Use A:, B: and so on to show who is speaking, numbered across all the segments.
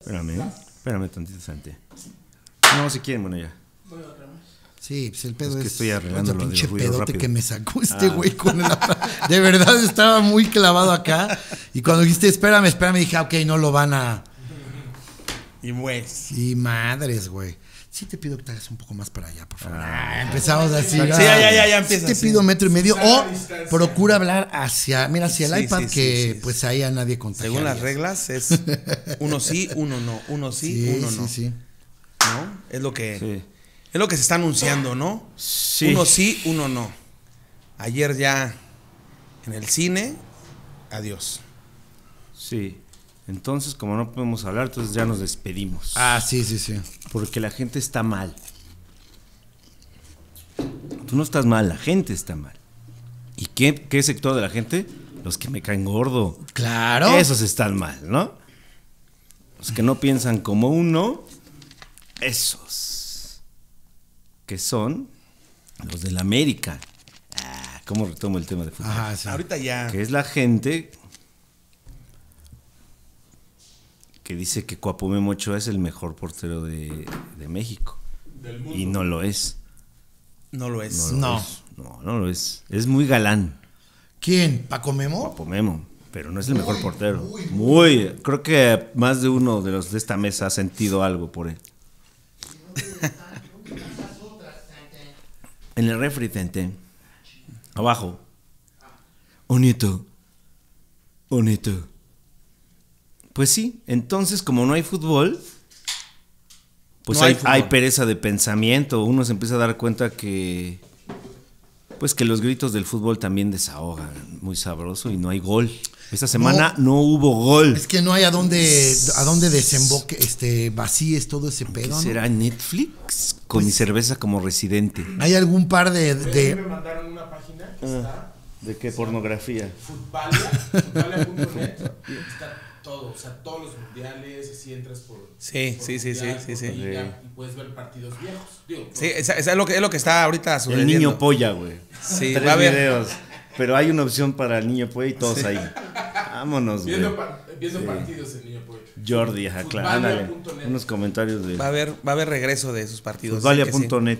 A: Espérame, ¿eh? espérame tantito, Santi. No, si quieren, bueno, ya.
B: Sí, pues el pedo
A: Es
B: es.
A: que estoy arreglando
B: otro
A: lo de
B: pinche
A: ruido
B: pedote
A: rápido. Ah.
B: que me sacó este güey con el apa- De verdad estaba muy clavado acá. Y cuando dijiste, espérame, espérame, dije, "Ah, ok, no lo van a.
A: Y pues.
B: Sí, madres, güey. Sí te pido que te hagas un poco más para allá, por favor. Ah, empezamos así.
A: Sí,
B: ah.
A: ya, ya, ya, ya
B: Sí
A: empieza,
B: te
A: sí.
B: pido metro y medio
C: Sana
B: o
C: distancia.
B: procura hablar hacia, mira, hacia el
A: Sí,
B: iPad
A: sí, sí,
B: que
A: sí.
B: pues ahí a nadie contagia.
A: Según las reglas es uno sí, uno no, uno sí,
B: Sí,
A: uno
B: sí,
A: no.
B: sí.
A: ¿No? Es lo que
D: Sí.
A: es lo que se está anunciando, ¿no?
D: Sí.
A: Uno sí, uno no. Ayer ya en el cine, adiós.
D: Sí. Entonces, como no podemos hablar, entonces ya nos despedimos.
B: Ah, sí, sí, sí.
D: Porque la gente está mal. Tú no estás mal, la gente está mal. ¿Y qué, qué sector de la gente? Los que me caen gordo.
B: Claro.
D: Esos están mal, ¿no? Los que no piensan como uno, esos. Que son los de la América. Ah, ¿Cómo retomo el tema de fútbol?
B: Ajá, sí.
A: Ahorita ya.
D: que es la gente que dice que Cuapomemo Ochoa es el mejor portero de, de México.
C: Del mundo.
D: Y no lo es.
A: No lo
D: No,
A: es.
D: lo
B: No.
D: es. no, no lo es. Es muy galán,
B: ¿Quién? ¿Paco Memo?
D: Cuapomemo, pero no es el mejor portero. muy, creo que más de uno de los de esta mesa ha sentido algo por él. en el refri, Tente. Abajo.
A: Ah.
D: Bonito. Bonito. Pues sí, entonces como no hay fútbol, pues
A: No hay
D: hay,
A: fútbol.
D: hay pereza de pensamiento. Uno se empieza a dar cuenta que... Pues que los gritos del fútbol también desahogan, muy sabroso y no hay gol. Esta semana no, hubo gol.
B: Es que no hay a dónde a dónde desemboque este vacíes todo ese
D: ¿Qué
B: pedo. ¿no?
D: será Netflix con
A: Pues
D: mi cerveza como residente?
B: Hay algún par de,
C: Ustedes me
B: de
C: mandaron una página
D: Ah.
C: que está
D: ¿De qué pornografía?
C: Futbalia, futbalia.net. Está todo, o sea, todos los mundiales, así entras por.
A: Sí,
C: por
A: sí, sí, sí,
C: mundial,
A: sí,
C: por
A: sí.
C: liga, Y puedes ver partidos viejos. Digo,
A: Sí, es, es lo que, es lo que está ahorita
D: El
A: sucediendo.
D: niño polla, güey.
A: Sí,
D: Tres
A: va a haber-
D: videos. Pero hay una opción para el niño polla y todos ahí. Vámonos, güey.
C: viendo, par- viendo partidos el niño pollo.
D: Jordi, ajá, claro.
C: Futbalia
D: ándale.
C: punto net.
D: Unos comentarios de
A: Va a haber, va a haber regreso de esos
D: Pues
A: partidos. sí que sí.
D: Futbalia.net.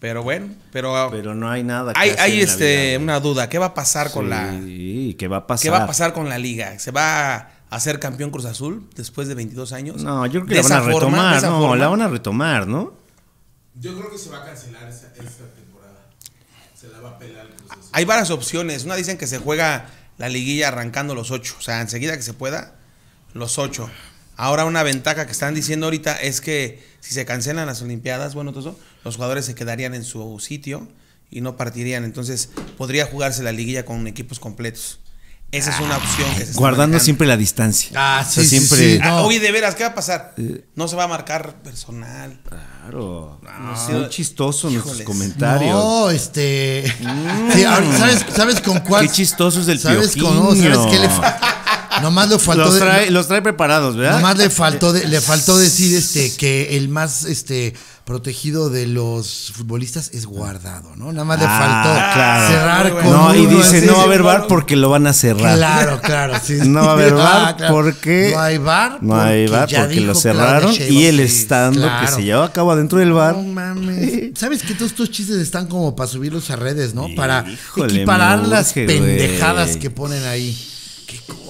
A: Pero bueno, pero,
D: Pero no hay nada. que
A: hay,
D: hacer
A: hay
D: en la
A: este
D: vida, güey.
A: una duda. ¿Qué va a pasar con la
D: Sí, ¿qué va a pasar?
A: ¿Qué va a pasar con la liga? ¿Se va a hacer campeón Cruz Azul después de 22 años?
D: No, yo creo que la
A: ¿De
D: van a
A: esa forma? ¿De
D: retomar.
A: esa
D: No,
A: forma?
D: la van a retomar, ¿no?
C: Yo creo que se va a cancelar esa, esta temporada. Se la va a pelar el Cruz Azul.
A: Hay varias opciones. Una dicen que se juega la liguilla arrancando los 8. O sea, enseguida que se pueda, los 8. Ahora una ventaja que están diciendo ahorita es que si se cancelan las Olimpiadas, bueno, todo eso, los jugadores se quedarían en su sitio y no partirían. Entonces podría jugarse la liguilla con equipos completos. Esa es una opción que se está
D: Guardando
A: manejando.
D: siempre la distancia.
B: Ah,
D: O sea,
B: sí, sí,
D: siempre.
B: sí,
A: Ah,
B: No.
A: Oye, de veras, ¿qué va a pasar?
D: Eh.
A: No se va a marcar personal.
D: Claro.
A: No,
D: son
A: sí.
D: chistosos nuestros
A: Híjoles.
D: comentarios. Mm.
B: No, este. Sí, ahora, ¿sabes, ¿Sabes con cuál?
D: Qué chistoso es el
B: ¿Sabes con no,
D: piojiño.
B: ¿Sabes qué le fa- Nomás le faltó.
D: Los
B: de-
D: trae, los trae preparados, ¿verdad?
B: nomás le faltó, de- le faltó decir este que el más este protegido de los futbolistas es guardado, ¿no? Nada más le
D: Ah,
B: faltó
D: claro.
B: cerrar
A: Muy
B: con.
A: bueno.
D: No, y
B: uno
D: dice,
B: así.
D: no va a haber bar porque lo van a cerrar.
B: Claro, claro, sí.
D: No va a haber bar
B: Ah, claro.
D: porque
B: No hay bar.
D: No hay bar
B: ya
D: porque lo
B: dijo Claudia
D: cerraron
B: Sheinbaum
D: y el
B: que-
D: estando que
B: claro.
D: se llevó a cabo adentro del bar.
B: No mames. ¿Sabes que todos estos chistes están como para subirlos a redes, no? Para
D: Híjole,
B: equiparar
D: me
B: las
D: urge,
B: pendejadas
D: güey.
B: que ponen ahí. Qué co-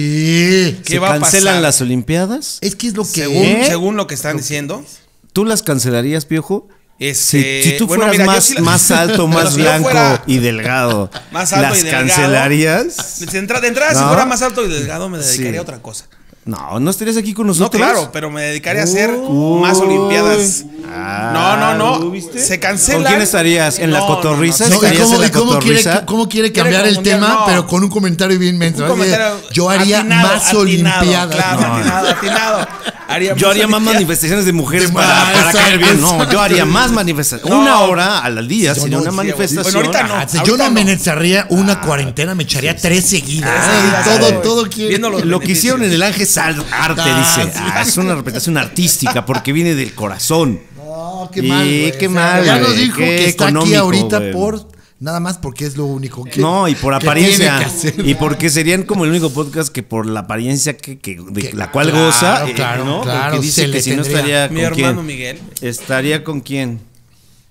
B: Ay.
A: ¿Qué
D: ¿Se
A: va a
D: cancelan
A: pasar?
D: las Olimpiadas?
B: Es que es lo que
A: Según,
D: ¿Eh?
A: según lo que están diciendo.
D: ¿Tú las cancelarías, piojo?
B: Eh,
A: Este,
D: si, si tú
A: bueno,
D: fueras
A: mira, yo
D: más,
A: sí la-
D: más alto,
A: Pero
D: más
A: si yo
D: blanco
A: fuera-
D: y delgado,
A: Más alto
D: ¿las
A: y delgado.
D: cancelarías?
A: De entra- de entrada, si
D: No.
A: fuera más alto y delgado, me dedicaría
D: Sí.
A: a otra cosa.
D: No, no estarías aquí con
A: No,
D: nosotros.
A: claro, pero me dedicaría a hacer
D: Uy.
A: más Olimpiadas.
D: Ah,
A: no, no, no.
D: ¿viste?
A: Se cancela.
D: ¿Con quién estarías? ¿En la
A: No, no, no.
D: cotorriza?
A: No,
B: No, ¿y
D: ¿Estarías
B: cómo,
D: en la
B: y cómo quiere,
D: cotorriza?
B: cómo quiere
A: Quiere
B: cambiar el
A: confundir,
B: tema?
A: no.
B: Pero con un comentario bien menso.
A: Un
B: Así de,
A: comentario
B: Yo haría
A: atinado,
B: más
A: atinado,
B: olimpiadas.
A: Claro,
B: No,
A: atinado, atinado. Haría
D: Yo haría más
A: olimpiadas.
D: manifestaciones de mujeres
B: De
D: para,
B: más,
D: para caer bien. No,
B: exacto.
D: yo haría más manifestaciones.
A: No.
D: Una hora al día sería
B: no,
D: una
B: sí, güey.
D: manifestación.
A: Bueno, ahorita no.
B: Ah, si yo no
A: ahorita
B: me
A: no.
B: necesitaría una cuarentena, me echaría tres seguidas.
A: seguidas,
B: Ay,
A: güey.
B: todo, todo quiere.
A: Viendo los
D: Lo que
A: beneficios.
D: hicieron en el Ángel es al- arte,
B: Ah,
D: dice.
B: sí.
D: Ah, es una representación artística porque viene del corazón.
B: No, qué
D: Y
B: mal. güey.
D: qué
B: O sea,
D: mal,
B: Ya
D: güey.
B: nos dijo
D: Qué
B: que está aquí
D: económico,
B: ahorita
D: güey.
B: por Nada más porque es lo único que.
D: No, y por
B: que tiene que
D: apariencia.
B: hacer.
D: Y porque serían como el único podcast que por la apariencia que, que- de
B: Que-
D: la cual
B: claro,
D: goza, eh,
B: claro,
D: ¿no?
B: claro,
D: Porque
B: se
D: dice
B: le
D: que si no
B: tendría.
D: estaría
A: Mi
D: con
A: hermano
D: quién.
A: Miguel.
D: Estaría con quién.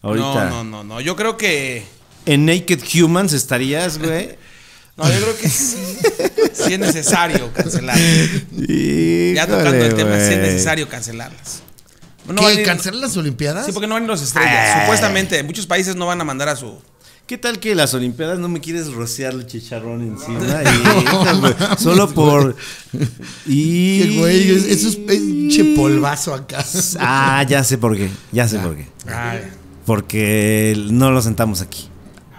D: Ahorita.
A: No, no, no, no. Yo creo que.
D: En Naked Humans estarías, güey.
A: No, yo creo que sí. sí es necesario cancelar. Ya tocando
D: Híjole,
A: el tema, sí
D: güey.
A: es necesario cancelarlas. No
B: ¿Qué?
A: van a ir-
B: ¿Cancelar las Olimpiadas?
A: Sí, porque no van a ir los estrellas.
D: Ay.
A: Supuestamente, en muchos países no van a mandar a su.
D: ¿Qué tal que las Olimpiadas no me quieres rociar el chicharrón encima? Y- güey, solo por. Y.
B: Qué güey, es- eso es es un che polvazo acá.
D: Ah, ya sé por qué. Ya sé por qué. Porque no lo sentamos aquí.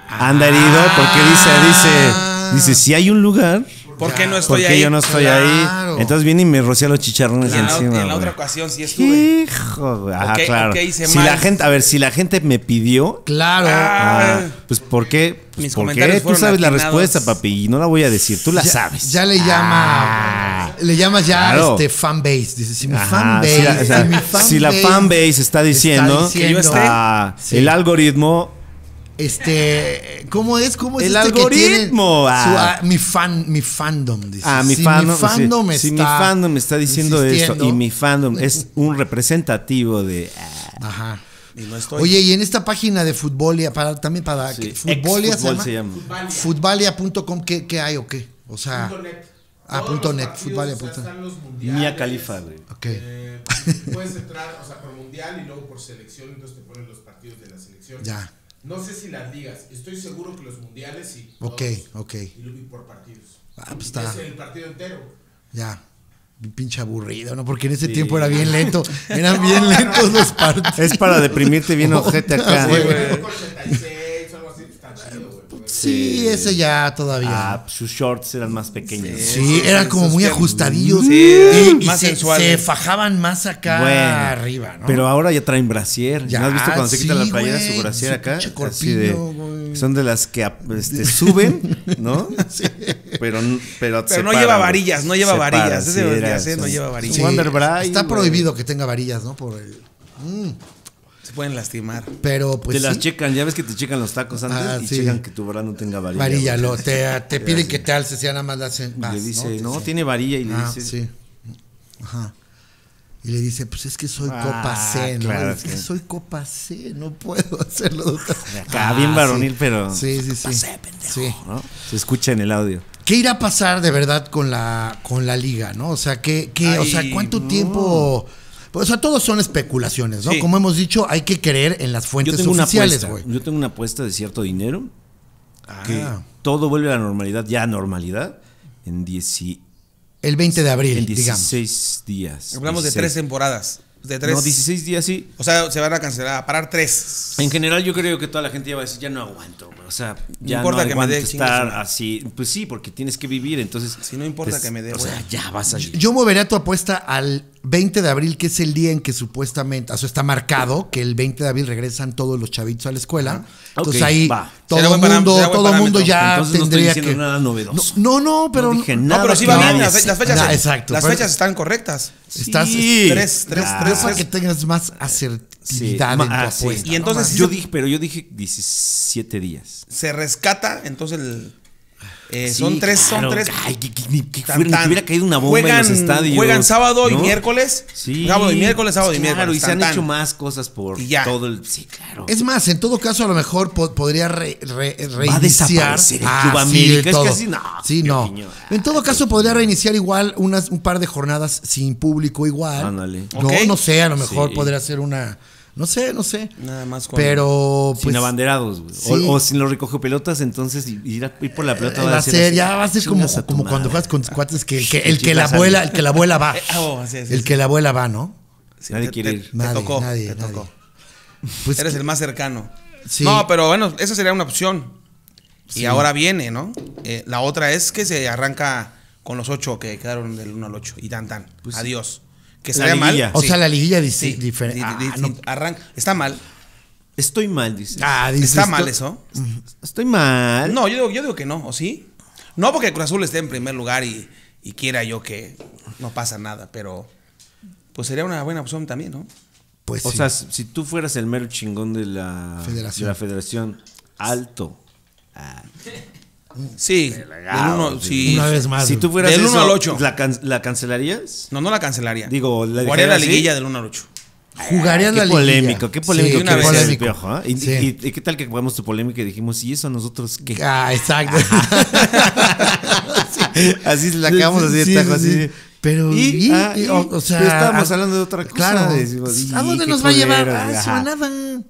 A: Ah.
D: Anda herido porque dice, dice, dice, si hay un lugar,
A: ¿Por qué no
D: ¿por
A: estoy
D: qué
A: ahí?
D: yo no estoy
B: Claro.
D: ahí? Entonces viene y me rocía los chicharrones
A: Y en la,
D: encima.
A: en la
D: güey.
A: otra ocasión sí estuve.
D: Hijo, güey. Ajá,
A: Ok,
D: claro.
A: ok, hice
D: si
A: mal.
D: la gente, a ver, si la gente me pidió,
B: Claro.
D: ah,
A: Ah.
D: pues ¿por qué? Pues,
A: Mis
D: ¿por qué?
A: comentarios
D: Tú
A: fueron
D: sabes la
A: atinados.
D: respuesta, papi, y no la voy a decir, tú la
B: Ya-
D: sabes.
B: Ya le llama.
D: Ah.
B: le llama ya
D: Claro.
B: este fanbase. Dice, si mi
D: Ajá,
B: fanbase.
D: si la, o sea,
B: mi
D: si la fanbase está diciendo,
A: Que yo esté-
D: ah,
B: Sí.
D: el algoritmo
B: Este. ¿Cómo es? ¿Cómo es
D: El
B: este que
D: algoritmo,
B: tiene su-
D: ah.
B: ah, mi fan, mi fandom, dice.
D: Ah, mi
B: si
D: fandom.
B: Mi fandom
D: sí.
B: está
D: si mi fandom me está diciendo esto
B: insistiendo.
D: y mi fandom es un representativo de. ah,
B: Ajá.
A: Y no estoy.
B: Oye, y en esta página de Futbolia, para, también para.
D: sí,
B: Futbolia se
D: exfutbol
B: llama.
C: Futbalia.
B: Futbalia.com, ¿qué, ¿qué hay o qué? O sea.
C: Punto net.
B: Ah,
C: Todos
B: punto
C: los
B: net,
C: partidos,
B: Futbalia
C: o sea,
B: punto net.
C: están los mundiales.
D: Mía Califa, güey.
B: Ok.
C: Eh, puedes entrar, o sea, por mundial y luego por selección, entonces te ponen los partidos de la selección.
B: Ya.
C: No sé si las ligas, estoy seguro que los mundiales sí.
B: Ok,
C: todos.
B: ok.
C: Y lo vi por partidos.
B: Ah, pues está.
C: Es el partido entero.
B: Ya. Un pinche aburrido, ¿no? Porque en ese tiempo era bien lento. Eran bien lentos los partidos.
D: Es para deprimirte bien ojete acá.
B: Sí,
D: güey.
B: güey.
C: 86 o algo así, está chido, güey.
B: Sí, ese ya todavía.
D: Ah, sus shorts eran más pequeños.
B: sí,
A: esos-
B: eran como
A: esos
B: muy
A: que-
B: ajustadillos.
A: Sí,
D: Mm.
B: y, y
A: más
B: se,
A: sensuales.
B: se fajaban más acá
D: Bueno,
B: arriba, ¿no?
D: Pero ahora ya traen brasier.
B: Ya,
D: ¿No has visto cuando se quita
B: sí,
D: la playera
B: güey,
D: su brasier
B: su
D: acá?
B: pinche
D: Así de-
B: corpiño, güey.
D: son de las que este, suben, ¿no? Pero, n- pero,
A: Pero no lleva varillas, no lleva varillas. Ese brasier no lleva varillas.
B: Sí,
D: Wonder Bra-
B: está
D: güey.
B: prohibido que tenga varillas, ¿no? Por el-
A: Se pueden lastimar.
B: pero pues
D: te las
B: sí,
D: checan, ya ves que te checan los tacos antes
B: Ah,
D: y
B: sí.
D: checan que tu bra no tenga varilla.
B: varilla,
D: güey.
B: lo, te, te piden que te alces y ya nada más la hacen.
D: Y
B: vas,
D: le dice,
B: Te
D: no,
B: dicen.
D: tiene varilla y le
B: Ah,
D: dice,
B: sí. Ajá. Y le dice, pues es que soy
D: Ah,
B: copa C, ¿no?
D: claro,
B: es que
D: sí.
B: soy copa C, no puedo hacerlo. de otra-
D: acá, Ah, bien varonil, pero-
B: Sí, sí, sí. Sí.
D: ¿no? Se escucha en el audio.
B: ¿Qué irá a pasar de verdad con la, con la liga, no? O sea, ¿qué, qué- o
A: Ay,
B: sea ¿cuánto tiempo...? O sea, todos son especulaciones, ¿no?
A: Sí.
B: Como hemos dicho, hay que creer en las
D: Yo
B: fuentes
D: tengo una
B: oficiales,
D: apuesta.
B: güey.
D: Yo tengo una apuesta de cierto dinero. Que
B: Ah,
D: todo vuelve a la normalidad, ya a normalidad, en, dieci-
B: el 20 de abril,
D: en
B: digamos.
D: 16 días.
A: Hablamos de
D: 16.
A: tres temporadas. De tres.
D: No, 16 días sí.
A: O sea, se van a cancelar, a parar tres.
D: En general yo creo que toda la gente ya va a decir, ya no aguanto, güey. O sea, ya no,
A: importa que me
D: aguanto
A: dé chingas,
D: estar
A: güey.
D: así. Pues sí, porque tienes que vivir, entonces...
A: Sí, no importa
D: pues,
A: que me dé,
D: O sea,
A: güey.
D: ya vas a...
B: Yo movería tu apuesta al 20 de abril, que es el día en que supuestamente, o sea, está marcado que el 20 de abril regresan todos los chavitos a la escuela. Entonces
D: Ok,
B: ahí
D: va.
B: todo
A: Será
B: el
A: buen param-
B: mundo,
A: será buen
B: todo el mundo
A: parámetro.
B: ya
D: Entonces no estoy
B: tendría
D: diciendo
B: que
D: nada novedoso.
B: No, no, pero
D: dije
A: No,
D: nada
A: pero sí
D: que
A: va
D: nadie Ah,
A: bien. Las,
D: sepa.
A: las fechas.
B: Nah,
A: eh,
B: exacto,
A: Las
B: pero-
A: fechas están correctas.
B: Estás-
D: Sí.
A: Tres, tres,
D: Ah,
A: tres,
B: para que
A: tres.
B: tengas más
D: Sí.
B: asertividad
D: Ma-
B: en tu
D: ah, sí.
B: apuesta.
A: Y
B: ¿no?
A: entonces-
D: yo dije, pero yo dije 17 días.
A: Se rescata, entonces el. eh,
D: Sí,
A: son tres,
D: claro.
A: son tres.
D: Ay, que, que- ni- que
A: Tan,
D: fuera- ni
A: tan.
D: hubiera caído una bomba en los estadios.
A: Juegan sábado y
D: ¿no?
A: miércoles.
D: Sí.
A: Sábado y miércoles, sábado y
D: Claro,
A: miércoles.
D: y se han
A: tan, tan.
D: hecho más cosas por
A: Y ya.
D: todo el. Sí, claro.
B: Es más, en todo caso, a lo mejor po- podría re- re- reiniciar. Ah,
D: desaparecer el Club
B: sí,
D: América,
B: de
D: es que
B: todo.
D: así, no,
B: Sí,
D: qué
B: no.
D: opinión.
B: En todo caso, podría reiniciar igual unas, un par de jornadas sin público igual.
D: Ándale.
B: No,
A: Ok.
B: no sé, a lo mejor
D: Sí.
B: podría ser una. No sé, no sé.
A: Nada más con-
B: Pero.
D: sin
B: Pues,
D: abanderados, güey. O-
B: sí. Eh,
D: O, sin los recoge pelotas, entonces y- ir, a- ir por la pelota
B: Va a ser,
D: así.
B: ya va a ser como,
D: Chingas a tu
B: como
D: madre.
B: cuando juegas con tus cuates que el que, el
D: Chingas
B: que la
D: a tu
B: abuela,
D: madre.
B: el que la abuela va.
A: Ah, oh, así es, así
B: El
A: es.
B: que la abuela va, ¿no?
A: Sí,
D: Nadie
A: te-
D: quiere
A: te-
D: ir.
A: Te
B: Nadie,
A: tocó.
B: nadie,
A: Te
B: nadie.
A: tocó.
B: Pues
A: Eres
B: que-
A: el más cercano.
B: Sí.
A: No, pero bueno, esa sería una opción. Y ahora viene, ¿no? Eh, la otra es que se arranca con los ocho que quedaron del 1 al 8 y tan tan. Adiós. Que
D: Pues La
A: estaría mal.
D: liguilla.
B: o sea,
A: Sí.
B: la liguilla dice
A: Sí.
B: diferente.
A: Di- di- di-
B: Ah, no.
A: arranca. Está mal.
D: Estoy mal, dice.
B: Ah, dices
A: Está
B: tú.
A: mal eso.
D: Estoy mal.
A: No, yo digo, yo digo que no, ¿o sí? No porque Cruz Azul esté en primer lugar y, y quiera yo que no pasa nada, pero pues sería una buena opción también, ¿no?
B: Pues
D: O
B: sí.
D: sea, si si tú fueras el mero chingón de la
B: Federación.
D: de la federación alto,
A: Sí, del uno, sí.
B: Una vez más.
D: Si tú fueras
A: Del uno
D: eso,
A: al ocho.
D: ¿la, can- la cancelarías?
A: No, no la cancelaría.
D: Digo,
A: la
D: ¿la
A: jugaría la
D: dejarías así?
A: liguilla del 1 al 8.
B: Jugarías
D: qué
B: la liguilla.
D: polémico, qué polémico
B: Sí,
A: una
D: que
A: vez.
D: eres,
B: polémico.
D: Piojo, ¿eh? ¿Y,
B: Sí.
D: y- y qué tal que jugamos tu polémica y dijimos, ¿y eso a nosotros qué?
B: Ah, exacto.
D: Así la acabamos así de
B: Sí,
D: tajo,
B: sí,
D: así
B: sí.
D: de-
B: Pero,
D: Y,
B: y,
D: ah,
B: y,
D: y,
B: o, o sea.
D: pero estábamos
B: ah,
D: hablando de otra cosa.
B: Claro.
D: Decimos, y,
B: ¿A dónde
D: qué
B: nos va a llevar?
D: culeros,
B: Ah, eso a
D: ajá.
B: nada.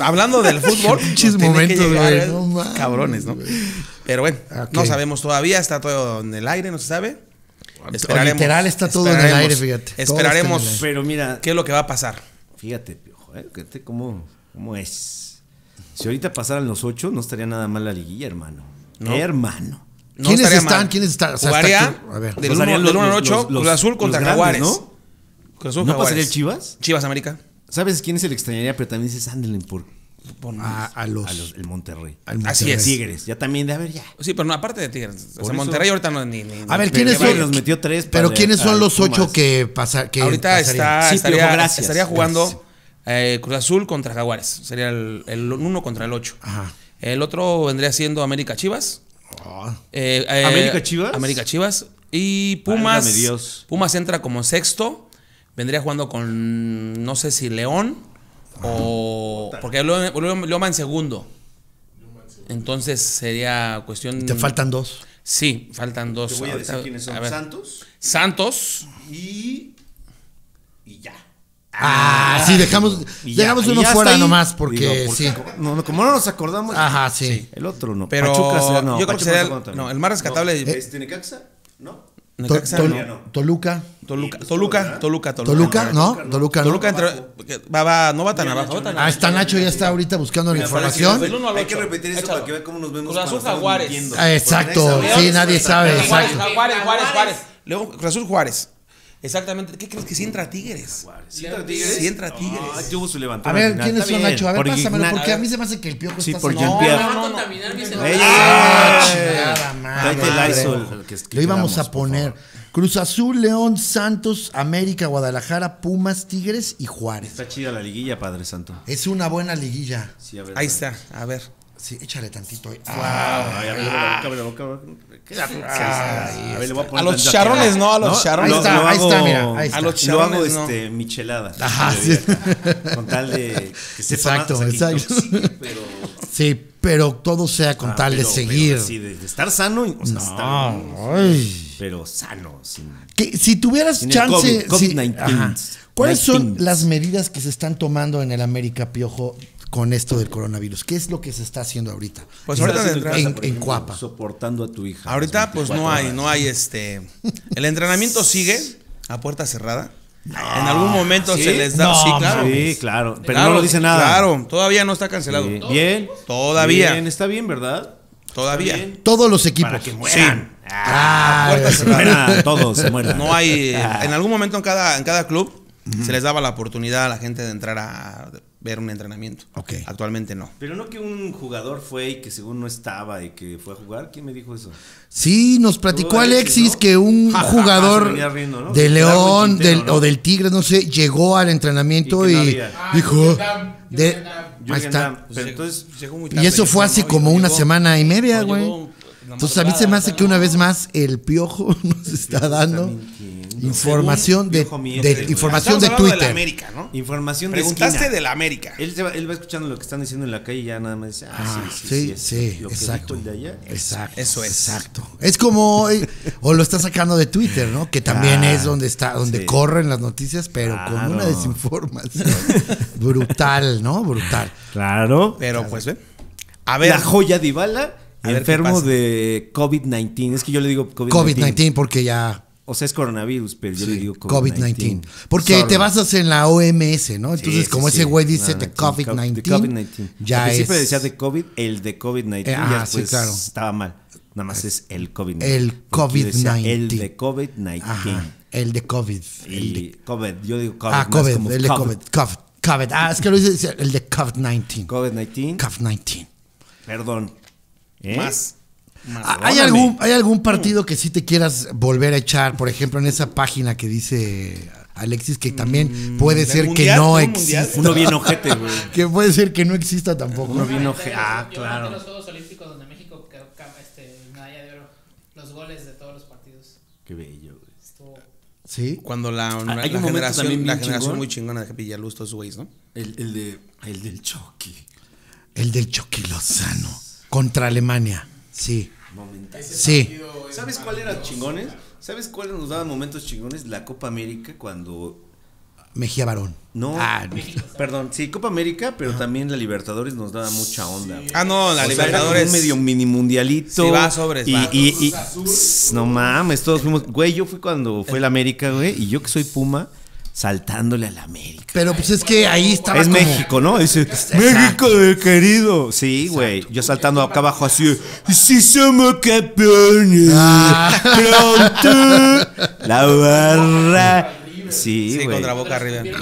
A: Hablando del fútbol,
B: Pinches
A: nos tiene que
B: momentos,
A: llegar,
B: güey, no mames,
A: cabrones, ¿no? Pero bueno,
B: Ok.
A: no sabemos todavía, está todo en el aire, no se sabe. Esperaremos.
B: Literal, está todo en el
A: esperaremos,
B: aire, fíjate. Todo
A: Esperaremos
B: está en el aire.
D: Pero mira,
A: qué es lo que va a pasar.
D: fíjate, Piojo, ¿eh? Fíjate cómo, cómo es. Si ahorita pasaran los ocho, no estaría nada mal la liguilla, hermano.
A: No.
D: Hermano.
A: No
B: ¿Quiénes
A: estaría
B: están?
A: mal.
B: ¿Quiénes están? O sea,
A: Jugaría
B: está aquí- a ver.
A: del
D: O sea,
A: 1
D: harían
A: al
D: los-
A: 8,
D: los- los-
A: Cruz Azul contra
D: los
A: Jaguares.
D: grandes,
A: ¿no? Cruz Azul,
D: ¿No
A: Jaguares.
D: pasaría el Chivas?
A: Chivas América.
D: ¿Sabes quién se le extrañaría? Pero también dices, ándale por
A: Por-
B: A, a
D: a los, el Monterrey.
B: al
A: Así
B: Monterrey.
A: es.
D: Tigres, ya también, de a ver ya.
A: Sí, pero no, aparte de Tigres. O
D: Por
A: sea,
D: eso-
A: Monterrey ahorita no ni, ni-
B: A ver,
A: ni-
B: ¿quiénes
A: que vaya.
B: son?
D: Nos metió tres
B: Pero
D: para-
B: ¿quiénes son
D: al
B: los ocho
D: Pumas.
B: que pasa que
A: Ahorita
B: pasarían?
A: está,
D: Sí,
A: estaría,
D: Piojo, gracias.
A: estaría jugando eh, Cruz Azul contra Jaguares. Sería el, el uno contra el ocho.
B: Ajá.
A: El otro vendría siendo América Chivas.
B: Oh.
A: Eh, eh,
D: ¿América Chivas?
A: América Chivas. Y Pumas.
D: Válgame Dios.
A: Pumas entra como sexto. Vendría jugando con, no sé si León o... Porque León León- León va en segundo. Entonces sería cuestión...
B: Te faltan dos.
A: Mm. Sí, faltan dos. Ahorita- a ver.
D: Santos
A: Santos.
D: y. Y ya.
B: Ah, sí, dejamos,
D: Y ya,
B: dejamos
D: y
B: uno
D: ya
B: fuera
D: está ahí.
B: nomás porque
D: Digo, por-
B: sí.
D: No, no, como no nos acordamos.
B: Ajá, sí.
D: El otro no.
A: Pero
D: Pachuca será- no,
A: yo creo
D: Pachuca
A: que sería
D: no se cuenta
A: el, no,
D: también.
A: el más rescatable.
D: No. Este, Necaxa, no.
B: To-
A: Necaxa,
B: Tol-
A: no.
B: Toluca.
A: Toluca,
D: Y pues,
A: Toluca,
D: ¿verdad?
A: Toluca, Toluca.
B: Toluca, ¿no? Toluca, ¿no?
A: Toluca entra- que va, va, no va tan abajo. va tan
B: Ah, está Nacho, ya está ahorita buscando la
A: Del
B: información.
A: uno al
D: Hay
A: ocho.
D: que repetir eso
A: Échalo.
D: para que vean cómo nos vemos.
A: Cruz
D: cuando
A: Azul,
D: estamos
A: Jaguares.
D: mintiendo.
B: Ah, exacto,
D: Porque nadie sabe.
B: sí, nadie sabe,
A: Juárez, Juárez,
B: exacto.
A: Juárez, Juárez, Juárez. Luego Cruz Azul Juárez. Exactamente. ¿Qué crees que si entra Tigres?
D: ¿Sí entra Tigres? Ah,
A: Sí entra Tigres.
D: Ay, tuvo su
B: A
D: levantón al
B: ver,
D: final.
B: ¿quiénes
D: Está
B: son
D: bien.
B: Nacho? A ver,
D: Por
B: pásamelo,
D: Igna-
B: porque a mí se me hace que el piojo
D: Sí,
B: está...
D: por
B: haciendo-
D: Jean-Pierre.
A: no, no.
E: contaminar mi
D: ¡Ey,
E: celular.
B: Ah,
D: ey!
B: chingada madre.
D: Tráete el Lysol, que es- que
B: Lo íbamos
D: quedamos,
B: a
D: por
B: poner.
D: favor.
B: Cruz Azul, León, Santos, América, Guadalajara, Pumas, Tigres y Juárez.
D: Está chida la liguilla, Padre Santo.
B: Es una buena liguilla.
D: Sí, a ver.
A: Ahí está, a ver.
B: Sí, échale tantito. eh. Ah. ahí.
D: Ay, abre la boca, abre la boca, abre la boca. Quédate. A ver, le voy
A: A
D: poner
A: los
D: tantito
A: chicharrones,
D: acá.
A: ¿no? A los chicharrones.
D: Lo-
B: Ahí está,
D: lo
B: ahí está,
D: hago-
B: mira, ahí está.
A: A los
D: Lo
A: chicharrones,
D: hago
A: no.
D: este, micheladas.
B: Ajá,
D: Yo diría
B: sí.
D: acá, Con tal de que sepa
B: Exacto,
D: más, o sea, que
B: exacto.
D: intoxique, pero-
B: Sí, pero todo sea con
D: Ah,
B: tal de
D: pero-
B: seguir.
D: pero sí, de, de estar sano, y- o sea, estar-
B: No, ay.
D: pero sano. sin-
B: Que si tuvieras
D: Sin el
B: chance.
D: COVID,
B: sí,
D: COVID-19.
B: ajá. ¿Cuáles son
D: 19.
B: las medidas que se están tomando en el América Piojo con esto del coronavirus? ¿Qué es lo que se está haciendo ahorita?
A: Pues
B: En-
A: ahorita
D: Estar
A: de
D: haciendo
A: entrada,
B: en,
D: casa, por
B: en
D: ejemplo,
B: Cuapa.
D: Soportando a tu hija.
A: Ahorita
D: las
A: pues
D: 24
A: no hay,
D: horas.
A: no hay este... El entrenamiento sigue a puerta cerrada. En algún momento se les da...
B: No,
A: sí, claro.
D: Sí, claro. Pero
A: Claro,
D: no lo dice nada.
A: Claro, todavía no está cancelado.
D: Sí. Bien.
A: Todavía.
D: Bien, está bien, ¿verdad?
A: Todavía.
D: Está bien.
B: Todos los equipos.
D: Para que mueran.
B: Ah,
A: puerta
B: eso.
D: Se mueran todos, se mueran. Ah.
A: No hay. eh, En algún momento en cada, en cada club se les daba la oportunidad a la gente de entrar a ver un entrenamiento.
B: Ok.
A: Actualmente no.
D: Pero no que un jugador fue y que según no estaba y que fue a jugar. ¿Quién me dijo eso?
B: Sí, nos platicó
D: Todo
B: Alexis
D: Alexis, ¿no?
B: que un
D: Ja, ja, ja, se
B: jugador
D: venía riendo, ¿no?
B: de
D: Darwin
B: León
D: Quintero,
B: del-
D: ¿no?
B: o del Tigre, no sé, llegó al entrenamiento
D: Y
B: y,
D: que no había.
B: dijo.
C: Jürgen Damm,
B: de-
C: Jürgen Damm.
B: ahí
D: Jürgen Damm.
B: está.
D: Pero pues, entonces,
A: Pues Llegó muy
B: Y
A: tarde,
B: eso
A: llegó,
B: fue hace
A: ¿no?
B: como
A: Llegó-
B: una semana y media,
A: no,
B: güey.
A: llegó en la
B: Entonces a mí se me
A: madrugada,
B: hace que una vez más el piojo nos está dando
D: mintiendo.
B: información
D: Según
B: de,
D: Piojo Mier,
B: de-
D: güey.
B: información
A: Estamos
B: de
A: hablando la
B: Twitter.
A: América, ¿no?
D: Información de
A: Preguntaste
D: esquina.
A: de la América.
D: Él, se va, él va escuchando lo que están diciendo en la calle y ya nada más dice, ah,
B: Ah,
D: sí, sí,
B: sí,
D: es
B: sí,
D: lo que
B: exacto.
D: dijo el de allá.
B: Exacto.
A: Eso es.
B: Exacto. Es como eh, o lo está sacando de Twitter, ¿no? Que también
D: Ah,
B: es donde está donde
D: sí.
B: corren las noticias, pero con
D: Claro.
B: una desinformación brutal, ¿no? Brutal.
D: Claro.
A: Pero pues, ¿ven? A ver.
D: la joya de Ibala,
A: A ver qué
D: enfermo
A: pasa.
D: de COVID-19. Es que yo le digo COVID-19.
B: COVID-19 porque ya
D: O sea, es coronavirus, pero yo le digo
B: COVID-19.
D: COVID-19.
B: Porque
D: Sorry.
B: te basas en la OMS, ¿no? Entonces,
D: Sí,
B: como
D: sí,
B: ese
D: sí.
B: güey dice
D: No,
B: de
D: no, sí,
B: COVID-19,
D: de COVID-19.
B: ya
D: Al principio
B: es
D: decía de COVID, el de COVID-19.
B: Eh,
D: ya
B: ah, sí,
D: después
B: claro.
D: Estaba mal. Nada más es el COVID-19.
B: El
D: Porque yo decía, El
B: COVID-19.
D: de COVID-19.
B: Ajá, el de COVID. el de-
D: Y COVID, yo digo COVID.
B: ah,
D: más
B: COVID,
D: como
B: el de COVID. COVID. COVID. Ah, es que lo dice el de COVID-19.
D: COVID-19.
B: COVID-19.
D: Perdón. ¿Eh?
A: Más. Más.
B: Ah, ¿Hay
D: Perdóname.
B: algún, ¿Hay algún partido que sí te quieras volver a echar? Por ejemplo, en esa página que dice Alexis, que también puede
A: ¿del
B: ser que
A: mundial?
B: no
A: ¿Del mundial?
B: exista.
D: Uno bien ojete, güey.
B: Que puede ser que no exista tampoco.
D: Uno bien
E: Yo
D: ojete. Ah,
E: yo gané
D: claro.
E: los Juegos Olímpicos donde México quedó cam- este, medalla de oro. Los goles de todos los partidos.
D: Qué bello, güey.
E: Estuvo.
B: Sí.
A: Cuando la,
D: un
A: la
D: momento también
A: generación,
D: bien
A: la generación
D: chingón.
A: muy chingona de Villaluz, todos esos güeyes, ¿no?
D: El, el, de, el del Chucky.
B: El del Chucky Lozano contra Alemania. Sí.
D: Momentáneo.
B: Sí.
D: ¿Sabes cuál eran chingones? ¿Sabes cuál nos daba momentos chingones? La Copa América cuando
B: Mejía Varón.
D: No.
B: Ah, no.
D: Perdón, sí, Copa América, pero también la Libertadores nos daba mucha onda. güey.
A: Ah, no, la
D: O sea, era
A: Libertadores.
D: como un medio mini mundialito.
A: Sí, va, sobres,
D: Y,
A: va.
D: y- y- tss, no mames, todos fuimos. Güey, yo fui cuando fue la América, güey, y yo que soy Puma, saltándole a la América.
B: Pero pues es que ahí estaba.
D: es
B: como-
D: México, ¿no? Dice,
B: Exacto.
D: México de querido. Sí, güey. Yo saltando acá abajo así. de, Sí, somos campeones.
B: Ah.
D: Pronto. La barra. Sí,
A: Sí,
D: güey.
A: contra Boca River.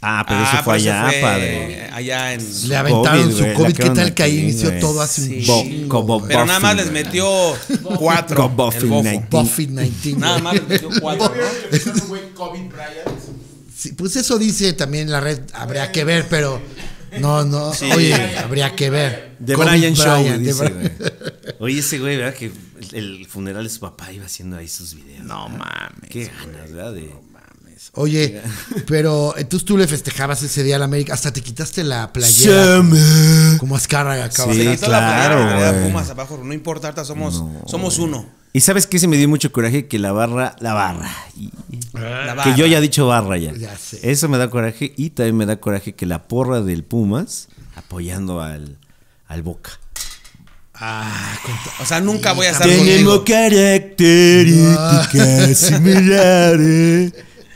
D: Ah, pero eso
A: Ah,
D: fue
A: pero
D: allá,
A: eso fue
D: padre.
A: Allá en.
B: Le aventaron
D: COVID,
B: su
D: güey,
B: COVID.
D: la
B: ¿Qué tal
D: quedaron
B: que ahí
D: aquí,
B: inició
D: güey.
B: todo hace un
D: Sí. Bo-
B: chingo,
D: como
B: güey.
A: Pero nada más
D: Buffy,
A: les
D: güey.
A: metió cuatro.
D: Con Buffy
A: el bofo.
D: Night.
B: Buffy 19.
A: Nada
B: güey.
A: más les metió cuatro. ¿no?
C: un güey Kobe Bryant.
B: Sí, pues eso dice también la red. Habría que ver, pero. No, no. Oye, habría que ver.
D: De
B: Kobe
D: Brian Show,
B: Bryant, de
D: dice,
B: Brian-
D: güey. Oye, ese güey, ¿verdad? Que el- el funeral de su papá iba haciendo ahí sus videos. No mames. Qué ganas, ¿verdad? De-
B: Oye, pero entonces tú le festejabas ese día a la América. Hasta te quitaste la playera.
D: Summer.
B: Como Azcárraga acaba
D: Sí,
A: Se
B: de
A: levantó la
D: claro,
A: playera, la verdad,
D: güey.
A: Pumas abajo, no importa, ahorita somos, somos uno.
D: Y sabes qué se me dio mucho coraje que la barra, la barra. y-
A: La
D: Que
A: barra.
D: yo ya he dicho barra ya.
B: Ya sé.
D: Eso me da coraje y también me da coraje que la porra del Pumas apoyando al, al Boca.
A: O sea, nunca voy a estar
B: Tenemos
A: contigo. Ah.
D: características
A: Eh,
D: similares.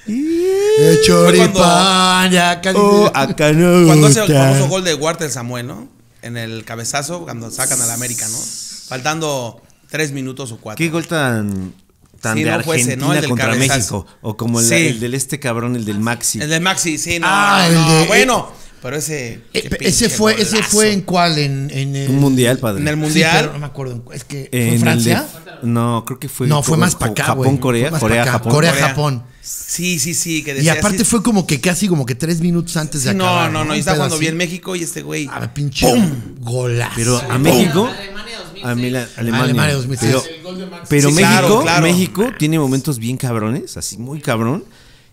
B: El choripán,
A: Cuando-
B: ya casi-
D: Oh,
B: Eh,
D: acá no.
A: Cuando hace el famoso gol de Huerta el Samuel, ¿no? En el cabezazo, cuando sacan al América, ¿no? Faltando tres minutos o cuatro.
D: ¿Qué gol tan, tan
A: Sí,
D: de
A: no fue ese,
D: Argentina
A: ¿no? El del
D: contra
A: cabezazo.
D: México? O como el,
A: Sí.
D: el del este cabrón, el del Maxi.
A: El de Maxi, sí, no.
B: Ah,
A: no,
B: el
A: no,
B: de-
A: bueno, pero ese.
B: Eh,
A: qué
B: pe-
A: pinche
B: ese fue, ese
A: golazo.
B: fue en cuál, en, en el-
D: Un mundial, padre.
A: En el
B: Sí,
A: mundial.
B: pero no me acuerdo. en cu- Es que
D: En
B: fue en
D: el
B: Francia.
D: de- no, creo que fue.
B: no, fue
D: como
B: más para acá, güey.
D: Japón, Corea,
B: Fue más
D: Corea,
B: pa' acá.
D: Japón.
B: Corea, Japón.
A: Sí, sí, sí. Que
B: Y
A: decía,
B: aparte
A: sí,
B: fue como que casi como que tres minutos antes de
A: sí,
B: acabar.
A: no, no, no. Y
B: Un
A: está
B: pedo
A: jugando
B: así.
A: bien México y este güey.
B: A ver, pinche golazo.
D: Pero a
E: Alemania-
D: México.
E: Alemania 2006.
B: Ah,
D: A mí la- Alemania.
B: Alemania 2006.
D: Pero,
C: El gol de Max.
D: pero
A: Sí,
D: México,
A: claro, claro.
D: México tiene momentos bien cabrones, así muy cabrón.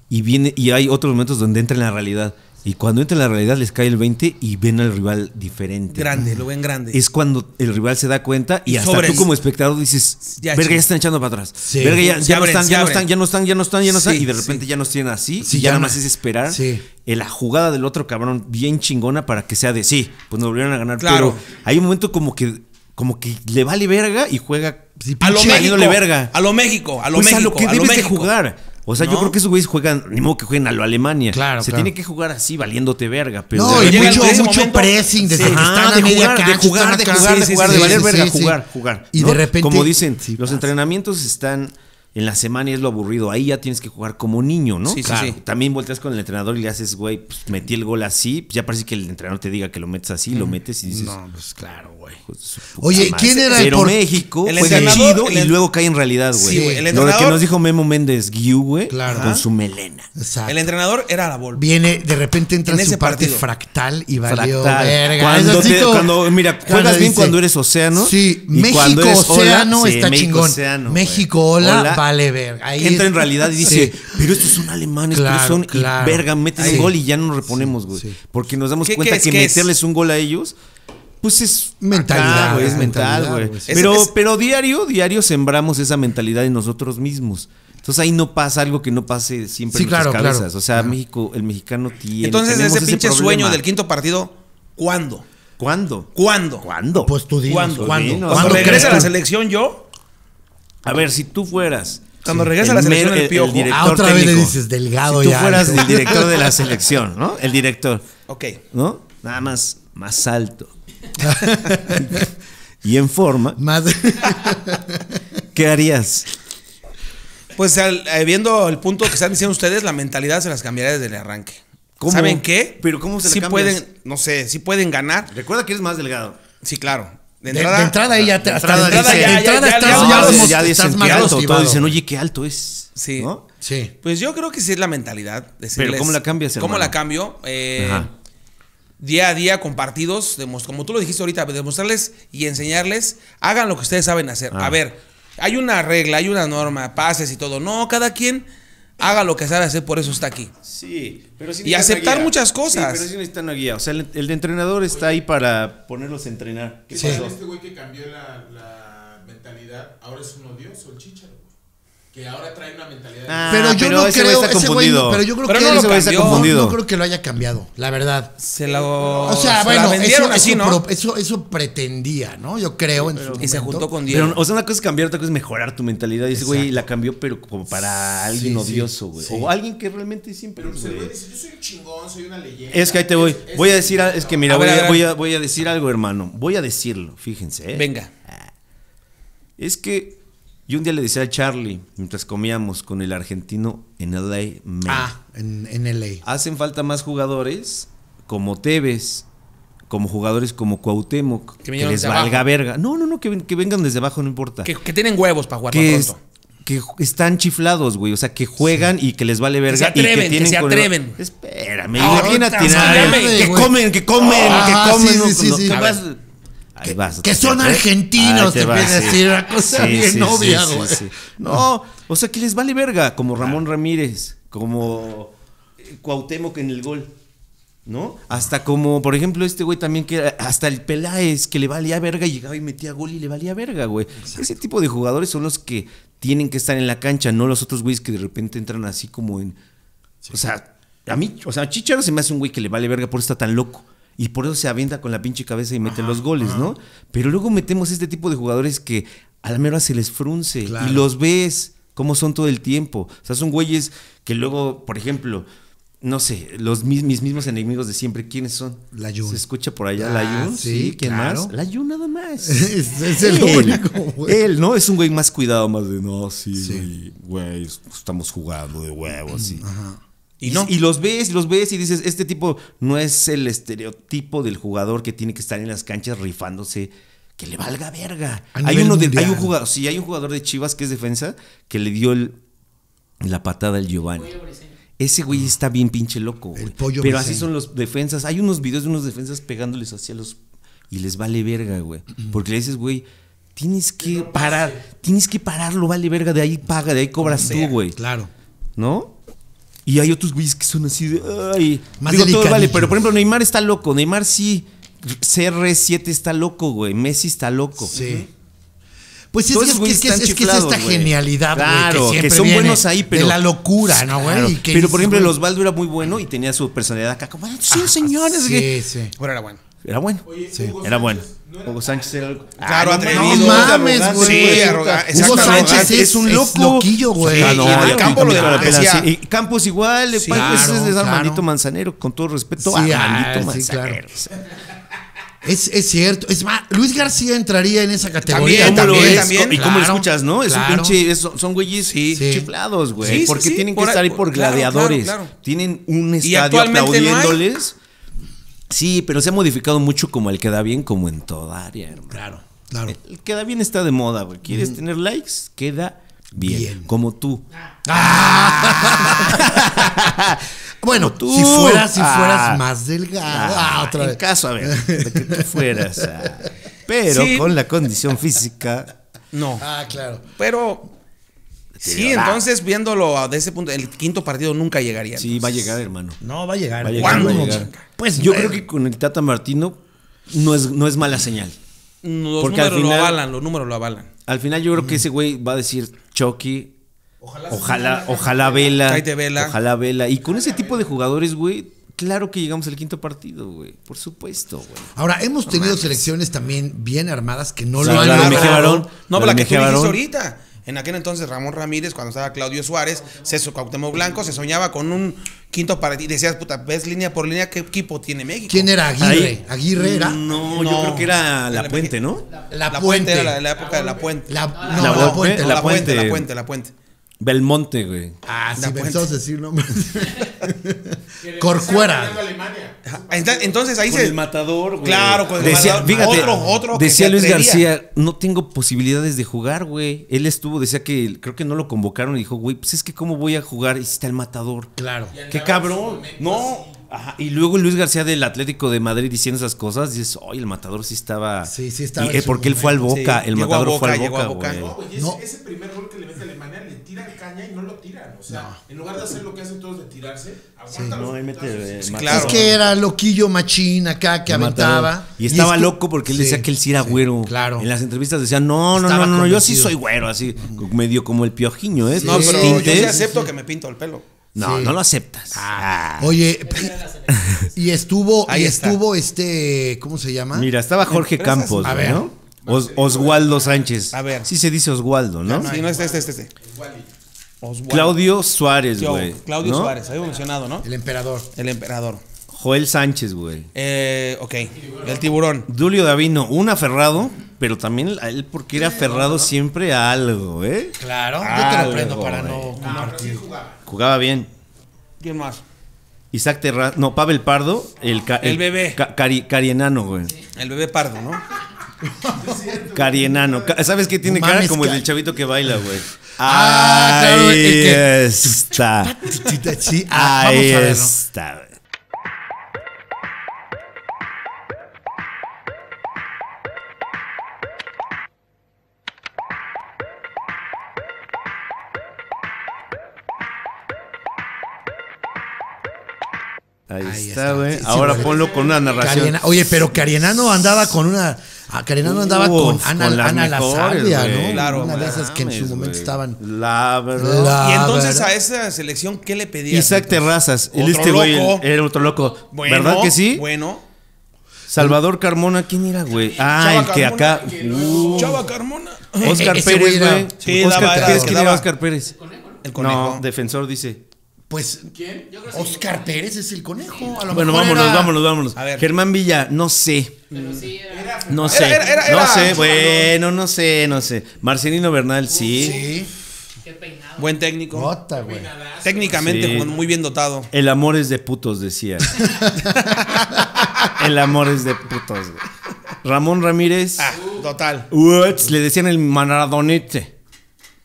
D: Y viene, y hay otros momentos donde entra en la realidad. Y cuando entra en la realidad les cae el 20 y ven al rival diferente.
A: Grande, lo ven grande.
D: Es cuando el rival se da cuenta y
A: Y
D: hasta
A: sobres.
D: tú como espectador dices,
A: Ya,
D: verga,
A: sí.
D: ya están echando para atrás.
B: Sí.
D: Verga, ya, ya
A: Ya
D: no
A: abren,
D: están,
A: ya
D: ya no
A: abren.
D: están, ya no están, ya no están, ya no están.
A: Sí,
D: y de repente ya nos tienen así.
B: Sí,
D: y ya
B: ya
D: nada
B: no-
D: más es esperar
B: Sí.
D: en la jugada del otro cabrón bien chingona para que sea de sí, pues nos volvieron a ganar.
A: Claro.
D: Pero hay un momento como que, como que le vale verga y juega
B: Sí,
A: a lo
B: pinche
A: México.
D: valiéndole verga.
A: A lo México, a lo
D: Pues
A: México.
D: a lo que
A: a lo
D: debes de
A: México.
D: jugar. O sea, yo
A: ¿No?
D: creo que esos güeyes juegan, ni modo que jueguen a lo Alemania.
B: Claro,
D: Se
B: claro.
D: tiene que jugar así, valiéndote verga. Pero
B: No,
D: de
B: y
A: llega
D: repente-
B: mucho,
A: ese
B: mucho
A: momento-
B: pressing, desde
A: Sí.
B: que
D: Ajá,
B: están a
D: de
B: media
D: jugar,
B: cancha,
D: de jugar,
B: están
D: de
B: acá.
D: jugar, de
B: Sí, sí,
D: jugar,
B: sí,
D: de valer
B: sí,
D: verga,
B: sí, sí.
D: jugar, jugar.
B: Y
D: ¿no?
B: de repente.
D: Como dicen,
B: sí,
D: los
B: pasa.
D: entrenamientos están en la semana y es lo aburrido. Ahí ya tienes que jugar como niño, ¿no?
A: Sí, sí, sí.
D: También volteas con el entrenador y le haces, güey, pues, metí el gol así. pues, ya parece que el entrenador te diga que lo metes así, lo metes y dices.
B: Mm. No, pues claro, güey.
D: "Hijo de su puta
B: Oye,
D: madre".
B: ¿quién era el
D: Pero
B: por-
D: México
A: el
D: juega
A: entrenador?
D: chido
A: El
D: y
A: en-
D: luego cae en realidad, güey.
A: Sí, güey,
D: Lo de
A: el
D: que
A: entrenador-
D: nos dijo Memo Méndez Guiú, güey,
B: Claro.
D: con su melena.
B: Exacto.
A: El entrenador era la Volpe.
B: Viene, de repente entra
A: En
B: en su
A: ese
B: parte
A: partido.
B: fractal y valió
D: Fractal.
B: verga.
D: Cuando
B: Es así
D: te-
B: como-
D: cuando- mira, juegas bien cuando eres océano
B: Sí,
D: y
B: México
D: cuando eres ola,
B: océano
D: sí,
B: está
D: México
B: chingón.
D: océano, güey.
B: México ola,
D: Ola,
B: vale verga. Ahí
D: entra
B: es-
D: en realidad y dice,
B: Sí.
D: pero estos son alemanes,
B: Claro,
D: pero son
B: claro.
D: y verga, meten
B: Sí.
D: un gol y ya nos reponemos, güey.
B: sí.
D: Porque nos damos
A: ¿Qué-
D: cuenta
A: qué es-
D: que
A: qué es?
D: meterles un gol a ellos, pues es
B: Mentalidad,
D: acá, güey, es mental,
B: mentalidad,
D: güey.
B: güey, sí.
D: Pero,
A: Es- es-
D: pero diario, diario sembramos esa mentalidad en nosotros mismos. Entonces ahí no pasa algo que no pase siempre
B: Sí,
D: en nuestras
B: claro,
D: cabezas.
B: claro.
D: O sea, México, el mexicano tiene.
A: Entonces,
D: tenemos
A: ese pinche
D: problema.
A: sueño del quinto partido, ¿cuándo?
D: ¿Cuándo?
A: ¿Cuándo?
D: ¿Cuándo?
B: Pues tú dinos,
A: ¿Cuándo?
B: ¿cuándo?
D: Dinos,
A: Cuando
B: ¿Cuándo
A: regrese a la
B: crees tú?
A: selección yo,
D: A ver, si tú fueras.
A: Cuando regrese a la
D: el
A: selección
D: mero-
A: el piojo.
D: director
B: Ah, otra vez le
D: técnico,
B: dices, delgado
D: Si tú
B: y
D: fueras
B: alto.
D: el director de la selección, ¿no? El director,
A: ok.
D: ¿no? Nada más, más alto. y en forma.
B: Más-
D: ¿Qué harías?
A: Pues al- eh, viendo el punto que están diciendo ustedes, la mentalidad se las cambiaría desde el arranque.
D: ¿Cómo?
A: ¿Saben qué?
D: ¿Pero cómo se la
A: sí
D: cambias?
A: pueden, no sé, sí pueden ganar.
D: Recuerda que eres más delgado.
A: Sí, claro. De
B: de,
A: entrada,
B: de entrada ahí ya te- hasta
D: entrada
B: dice-
A: ya-
B: de
A: ya-
B: entrada
A: ya-
B: estás
A: ya-
B: más-
A: ya-
B: estás
D: ya dicen
B: más
D: que alto.
B: motivado.
D: Todos dicen, oye, qué alto es.
A: Sí.
D: ¿no?
B: Sí.
A: Pues yo creo que sí es la mentalidad. decirles-
D: ¿cómo la cambias,
A: ¿Cómo
D: hermano?
A: la cambio? Eh,
D: Ajá.
A: día a día con partidos, demos- como tú lo dijiste ahorita, demostrarles y enseñarles, hagan lo que ustedes saben hacer.
D: Ah.
A: A ver, hay una regla, hay una norma, pases y todo. No, cada quien haga lo que sabe hacer, por eso está aquí.
D: Sí, pero sí
A: Y
D: necesitan
A: aceptar
D: una guía.
A: muchas cosas.
D: Sí, pero sí necesitan una guía. O sea, el, el entrenador está ahí para ponerlos a entrenar. ¿Qué
C: ¿Qué
B: Sí.
C: tal
D: pasó?
C: este güey que cambió la, la mentalidad? Ahora es un odioso el chicharo, güey. Que ahora trae una mentalidad. de-
D: Ah,
B: pero yo
D: pero
B: no
D: ese güey
B: creo,
D: está
B: ese güey,
D: confundido.
B: no, pero yo creo
A: Pero
B: que
A: no lo
B: ese güey está
A: cambió.
B: confundido. no
D: confundido.
B: creo que lo haya cambiado, la verdad.
A: Se lo,
B: O sea,
A: se
B: bueno,
A: la vendieron
B: eso,
A: así,
B: eso
A: ¿no?
B: pro- eso- eso pretendía, ¿no? Yo creo en su
A: Y se
B: momento.
A: juntó con Diego.
D: Pero, o sea, una cosa es cambiar, otra cosa es mejorar tu mentalidad. Y ese güey la cambió, pero como para alguien
B: Sí, sí,
D: odioso, güey.
B: sí.
D: O alguien que realmente siempre.
C: Pero pues, el
D: güey.
C: güey dice, yo soy un chingón, soy una leyenda.
D: Es que ahí te voy.
C: Es- es-
D: Voy a decir, a- es que mira,
A: A ver,
D: voy,
A: a
D: a,
A: ver.
D: voy a- voy a decir algo, hermano. Voy a decirlo, fíjense. ¿eh?
A: Venga.
D: Es que yo un día le decía a Charlie, mientras comíamos con el argentino en LA, me-
B: Ah, en, en LA.
D: hacen falta más jugadores como Tevez, como jugadores como Cuauhtémoc,
A: Que
D: que,
A: vinieron
D: les
A: desde
D: valga
A: abajo.
D: verga. No, no, no, que, ven- que vengan desde abajo, no importa.
A: Que, que tienen huevos para jugar
D: que,
A: más
D: es-
A: pronto.
D: que ju- están chiflados, güey. O sea, que juegan y que les vale verga.
A: se
D: y
A: atreven, que
D: tienen
A: se
D: con-
A: atreven.
D: Espérame,
B: Ah,
D: le viene a
B: puta
D: tirar.
A: madre,
D: que
B: güey.
D: comen, que comen,
B: Ajá,
D: que comen.
B: sí,
D: no-
B: sí, sí,
D: no-
B: sí.
D: ahí
B: A
D: vas. Ahí vas
B: que son
D: otra vez, ¿eh?
B: argentinos,
D: Ahí
B: te
D: vas,
B: viene a decir una cosa bien obvia, güey.
D: No, o sea, que les vale verga. Como Ramón Ramírez, como eh, Cuauhtémoc en el gol. ¿No? Hasta como, por ejemplo, este güey también que era- hasta el Peláez que le valía verga, llegaba y metía gol y le valía verga, güey. Ese tipo de jugadores son los que tienen que estar en la cancha, no los otros güeyes que de repente entran así como en. O sea, a mí, o sea, Chicharo se me hace un güey que le vale verga por eso está tan loco. Y por eso se avienta con la pinche cabeza y mete los goles, ¿no? Pero luego metemos este tipo de jugadores que a la mera hora se les frunce
B: Claro.
D: y los ves cómo son todo el tiempo. O sea, son güeyes que luego, por ejemplo, no sé, los mis, mis mismos enemigos de siempre, ¿quiénes son?
B: La Jun.
D: ¿Se escucha por allá
B: Ah,
D: la Jun?
B: sí,
D: Sí, ¿quién
B: claro.
D: más? La Jun nada más.
B: Es- es el único, güey.
D: Él, ¿no? Es un güey más cuidado, más de no, sí,
B: Sí.
D: güey, güey, estamos jugando de huevos. sí.
A: Y no.
D: Y los ves, y los ves y dices, este tipo no es el estereotipo del jugador que tiene que estar en las canchas rifándose. Que le valga verga.
B: A
D: Hay
B: nivel
D: uno de, hay
B: mundial.
D: un jugador, sí, hay un jugador de Chivas que es defensa que le dio el- la patada al Giovanni.
E: Pollo briseño.
D: Ese güey está bien pinche loco. güey.
B: El pollo
D: Pero
B: briseño.
D: así son los defensas. Hay unos videos de unos defensas pegándoles hacia los. Y les vale verga, güey. Porque le dices, güey, tienes que parar. Tienes que pararlo, vale verga. De ahí paga, de ahí cobras tú, güey.
B: Claro.
D: ¿No? Y hay otros güeyes que son así de. Ay.
B: Más
D: Digo, todo vale.
B: delicadillos.
D: Pero por ejemplo, Neymar está loco. Neymar sí. CR7 está loco, güey. Messi está loco.
B: Sí. Pues es
D: Todos
B: que,
D: esos güeyes
B: es, que, es,
D: están
B: que es
D: chiflados,
B: esta
D: güey.
B: genialidad, güey,
D: Claro, que,
B: siempre
D: son
B: viene
D: buenos ahí, pero.
B: De la locura, ¿no, güey?
D: Claro.
B: Y que
D: Pero
B: dices,
D: por ejemplo, el
B: güey,
D: Osvaldo era muy bueno y tenía su personalidad acá, como, "Ah, sí, señores, güey.
B: Sí, sí.
A: Pero era bueno.
D: Era bueno.
C: Oye,
B: Sí.
C: Hugo
D: Era
C: Sánchez
D: bueno.
C: no era-
D: Hugo Sánchez era algo.
A: Claro,
D: Ah,
A: atrevido.
B: No mames,
D: arrogante,
B: güey.
D: hijo de
A: Sí,
D: puta.
A: arroga-
D: Hugo
A: exacto,
D: Sánchez
A: arrogante.
D: es un
B: Es
D: loco.
B: loquillo, güey.
D: Ah, no,
A: Y en el
D: yo
A: campo lo de
D: también
A: la
D: pena,
A: decía.
D: sí. Y Campos igual,
A: Sí,
D: pues, ese
B: claro,
D: es
B: claro.
D: Armandito Manzanero, con todo respeto.
B: Sí,
D: Armandito
B: ah, sí,
D: Manzanero.
B: Es, es cierto. Es más, Luis García entraría en esa categoría.
A: También,
D: ¿Cómo lo
A: también,
D: ves?
A: también.
D: Y cómo lo
B: Claro,
D: escuchas, ¿no? Es
B: claro.
D: un pinche. es- son güeyes
B: Sí.
D: chiflados, güey.
A: Sí, sí,
D: porque
A: sí,
D: tienen
A: por
D: que
A: ahí-
D: estar ahí por
A: claro, claro,
D: gladiadores.
A: claro.
D: Tienen un estadio
A: actualmente no hay.
D: aplaudiéndoles. Sí, pero se ha modificado mucho como el que da bien, como en toda área, hermano.
B: Claro, claro.
D: El que da bien está de moda, güey. ¿Quieres tener likes? Queda bien.
B: Bien.
D: Como tú.
B: Bueno,
D: Como tú.
B: si fueras, si
D: Ah.
B: fueras más delgado. Ah,
D: Ah,
B: otra
D: en
B: vez.
D: caso, a ver, de que tú fueras. ah, pero
A: Sí.
D: con la condición física.
A: No.
B: Ah, claro.
A: Pero. Sí,
D: va.
A: entonces viéndolo de ese punto, el quinto partido nunca llegaría.
D: Sí, va a llegar, hermano.
B: No, va a llegar.
D: Va a llegar,
A: ¿Cuándo?
D: va a llegar. Pues yo creo que con el Tata Martino no es, no es mala señal.
A: Los
D: Porque al
A: números lo
D: final-
A: avalan, los números lo avalan.
D: Al final yo creo que ese güey va a decir Chucky.
C: Ojalá.
D: Ojalá, ojalá vela.
A: Tráete Vela.
D: Ojalá vela. Y con ese tipo de jugadores, güey, claro que llegamos al quinto partido, güey. Por supuesto, güey.
B: Ahora, hemos tenido selecciones también bien armadas que no
D: Sí,
B: lo han
D: la de
B: logrado.
D: Mejía Barón.
A: Ah, No,
D: La de
A: pero la que tú
D: Mejía
A: dijiste
D: Barón.
A: ahorita. En aquel entonces Ramón Ramírez, cuando estaba Claudio Suárez, se su- Cuauhtémoc Blanco, se soñaba con un quinto partido. Y decías, puta, ves línea por línea qué equipo tiene México.
B: ¿Quién era Aguirre?
D: Ahí.
B: Aguirre era
D: No,
A: No.
D: yo creo que era La Puente, ¿no?
B: la, puente.
A: era la, la época de la puente.
B: La-
E: No,
B: no,
D: la
B: la,
D: Volpe,
B: puente.
A: la,
D: la
A: puente,
D: Puente.
A: la puente, la puente.
D: Belmonte, güey.
B: ah, sí,
A: la Puente.
B: pensamos decir nombres.
C: Que le
B: Corcuera.
C: estaba ganando Alemania.
A: Enta- Ah, Entonces ahí
D: Con
A: se.
D: el matador, güey.
A: Claro, con el
D: decía,
A: matador.
D: fíjate,
A: Otro- otro que
D: decía
A: se
D: Luis
A: atrevía.
D: García, no tengo posibilidades de jugar, güey. Él estuvo, decía que creo que no lo convocaron y dijo, güey, pues es que cómo voy a jugar y está el matador.
B: Claro.
C: Y
D: Qué
C: andaba
D: cabrón.
C: en su
D: No.
C: momento
D: Ajá, Y luego Luis García del Atlético de Madrid diciendo esas cosas, dices, oye, el matador sí estaba.
B: Sí, sí estaba
D: Y,
B: en
D: eh,
B: su
D: porque él fue al Boca,
A: Sí,
D: el
A: llegó a
D: matador fue
A: Boca,
D: al
A: llegó
D: Boca,
A: a Boca,
D: güey.
A: ¿no?
C: No, güey, ese,
B: No.
C: ese primer gol que le mete Alemania le tira el caña y no lo tiran. O sea, en lugar de hacer lo que hacen todos de tirarse, aguanta
D: No,
C: los
D: ahí mete,
C: putazos.
D: eh,
C: Sí,
D: matador.
A: Claro.
B: Es que era loquillo machín acá que
D: El
B: aventaba.
D: matador. Y estaba
B: es que-
D: loco porque él
B: Sí,
D: decía que él sí era
B: sí,
D: güero.
B: Claro.
D: En las entrevistas decía, no, no,
B: Estaba
D: no, no, yo sí
B: convencido.
D: soy güero, así, medio como el piojiño, ¿eh?
A: No,
D: Los
A: pero yo sí
D: tintes.
A: acepto que me pinto el pelo.
D: No,
B: Sí.
D: no lo aceptas. Ah.
B: Oye,
E: Era la selección.
B: y estuvo,
A: Ahí
B: y
A: está.
B: estuvo este, ¿cómo se llama?
D: Ah, Mira, estaba Jorge
A: Pero esas-
D: Campos,
B: a
D: güey,
B: ver.
D: ¿no? Os- Oswaldo Sánchez.
A: A ver.
D: Sí se dice Oswaldo, ¿no?
A: Sí, no, este, este, este. este.
C: Igual y-
A: Oswaldo.
D: Claudio Suárez,
A: Yo,
D: güey.
A: Claudio
D: ¿no?
A: Suárez, había mencionado, ¿no?
B: El emperador.
A: El emperador.
D: Joel Sánchez, güey.
A: Eh, ok, el tiburón.
D: Dulio Davino, un aferrado, pero también a él porque era aferrado siempre a algo, ¿eh?
B: Claro. Yo te
D: Ah,
B: lo prendo
D: luego,
B: para
D: güey.
B: no compartir.
D: Jugaba bien.
A: ¿Quién más?
D: Isaac Terra, no, Pavel Pardo, el, ca-
A: El bebé.
D: ca- cari- carienano, güey.
A: El bebé pardo, ¿no?
D: Carienano. Ca- ¿Sabes qué tiene
B: No
D: cara?
B: mames,
D: Como el
B: ca-
D: del chavito que baila, güey.
B: Ah, claro, el
D: Ahí
B: que-
D: está.
B: Sí, ah, vamos
D: Ahí
B: a verlo.
D: está, güey. Ahí,
B: Ahí
D: está,
B: está.
D: güey.
B: Sí, sí,
D: Ahora
B: güey.
D: ponlo con una narración.
B: Cariena- oye, pero Carienano andaba con una. a Carienano andaba con
D: Uf,
B: Ana,
D: con las
B: Ana
D: mejores,
B: Lazardia,
D: güey.
B: ¿no?
A: Claro,
B: una de
A: mames,
B: esas que en su
D: Mames,
B: momento
D: güey.
B: estaban.
D: La verdad.
B: La-
A: y
B: Ah,
A: entonces
B: ¿verdad?
A: a esa selección, ¿qué le pedías?
D: Isaac Terrazas. El
A: Otro
D: este güey
A: loco.
D: el- era otro loco.
A: Bueno,
D: ¿Verdad que sí?
A: Bueno.
D: Salvador Carmona, ¿quién era, güey? Ah,
A: Chava
D: el que
A: Carmona,
D: acá. uh.
A: que luego- Chava Carmona.
D: Oscar
B: Ese güey
D: Pérez,
B: era-
D: güey.
A: Sí,
D: Oscar
A: daba- Eh, era-
D: Pérez, ¿quién era
A: daba-
D: Oscar Pérez?
A: El conejo.
D: No, defensor dice.
B: Pues.
C: ¿Quién? Yo creo que
B: Oscar Pérez es el conejo. A lo
D: Bueno,
B: mejor
D: vámonos,
B: era-
D: vámonos, vámonos.
A: A ver.
D: Germán Villa, no sé.
E: Pero sí, eh, era-
C: era
D: No
A: Era-
D: sé.
A: era- era- era-
D: no sé, bueno, no sé, no sé. Marcelino Bernal, sí.
B: Sí.
E: qué peinado.
A: Buen técnico.
B: Gota, güey.
A: Técnicamente
D: Sí.
A: jugó muy bien dotado.
D: El amor es de putos, decía. el amor es de putos, güey. Ramón Ramírez.
A: Ah, total.
D: Uts, le decían el Maradonete.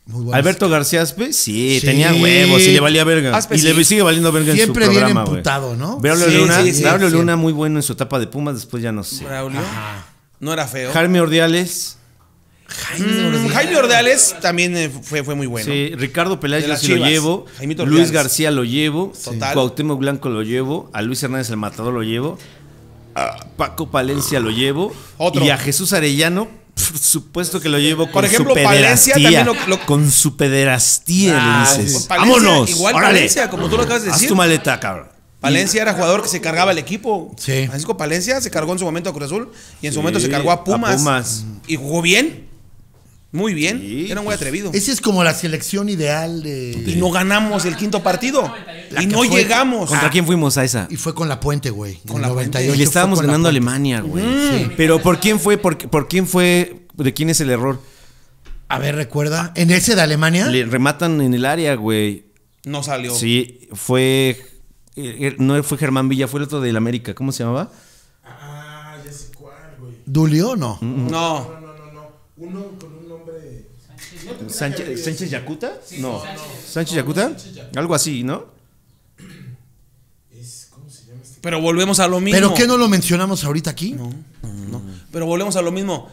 B: Muy
A: Pues,
B: buenas.
A: eh,
D: Alberto García Aspe, sí,
B: Sí.
D: tenía huevos y le valía verga.
A: Aspe
D: y le
A: Ah, pues sí.
D: sigue valiendo verga
B: Siempre
D: en su
B: bien
D: programa, güey.
B: emputado, ¿no?
D: Braulio
A: Sí,
D: Luna,
A: sí, sí,
D: Braulio
B: sí.
D: Luna muy bueno en su etapa de Pumas, después ya no sé.
A: Braulio. No era feo.
D: Jaime Ordiales,
A: Mm, Jaime Ordeales también eh, fue, fue muy bueno.
D: sí, Ricardo Peláez
A: De
D: yo
A: las
D: sí lo
A: Chivas,
D: llevo,
A: Jaimito
D: Luis
A: Ordiales.
D: García lo llevo,
A: Total.
D: Cuauhtémoc Blanco lo llevo, a Luis Hernández el Matador lo llevo, a Paco Palencia lo llevo
A: Otro.
D: y a Jesús Arellano por supuesto que lo llevo con
A: ejemplo,
D: su
A: Palencia
D: pederastía.
A: también lo- lo-
D: con su pederastía,
B: Ah,
D: le dices.
A: sí. Palencia,
D: Vámonos.
A: igual
D: órale.
A: Palencia, como tú lo acabas de
D: Haz
A: decir.
D: tu maleta, cabrón.
A: Palencia era jugador que se cargaba el equipo.
B: Sí.
A: Francisco Palencia se cargó en su momento a Cruz Azul y en
D: Sí,
A: su momento se cargó a
D: a
A: Pumas.
D: Pumas.
A: Y jugó bien. Muy bien.
D: Sí,
A: era muy atrevido.
B: Ese es como la selección ideal de.
A: Y no ganamos el quinto partido.
B: La
A: Y
B: que
A: no
B: fue-
A: llegamos.
D: ¿Contra quién fuimos a esa?
B: Y fue con la puente, güey. Con
A: La Mm. Puente.
D: Y le estábamos ganando a Alemania, güey.
C: Mm.
D: Pero ¿por quién fue? ¿Por, qué- por quién fue? ¿De quién es el error?
B: A ver, recuerda. En ese de Alemania.
D: Le rematan en el área, güey.
A: No salió.
D: Sí, fue. eh, eh, No fue Germán Villa, fue el otro del América. ¿Cómo se llamaba?
C: Ah, ya sé cuál, güey.
B: Dulio, no.
D: Mm.
A: No.
C: No, no, no, no. Uno con un nombre.
D: ¿Sánchez, Sánchez Yacuta? No. ¿Sánchez Yacuta? Algo así, ¿no?
C: Es, ¿Cómo se llama este?
A: Pero volvemos a lo mismo.
B: ¿Pero qué no lo mencionamos ahorita aquí?
A: No, Pero volvemos a lo mismo.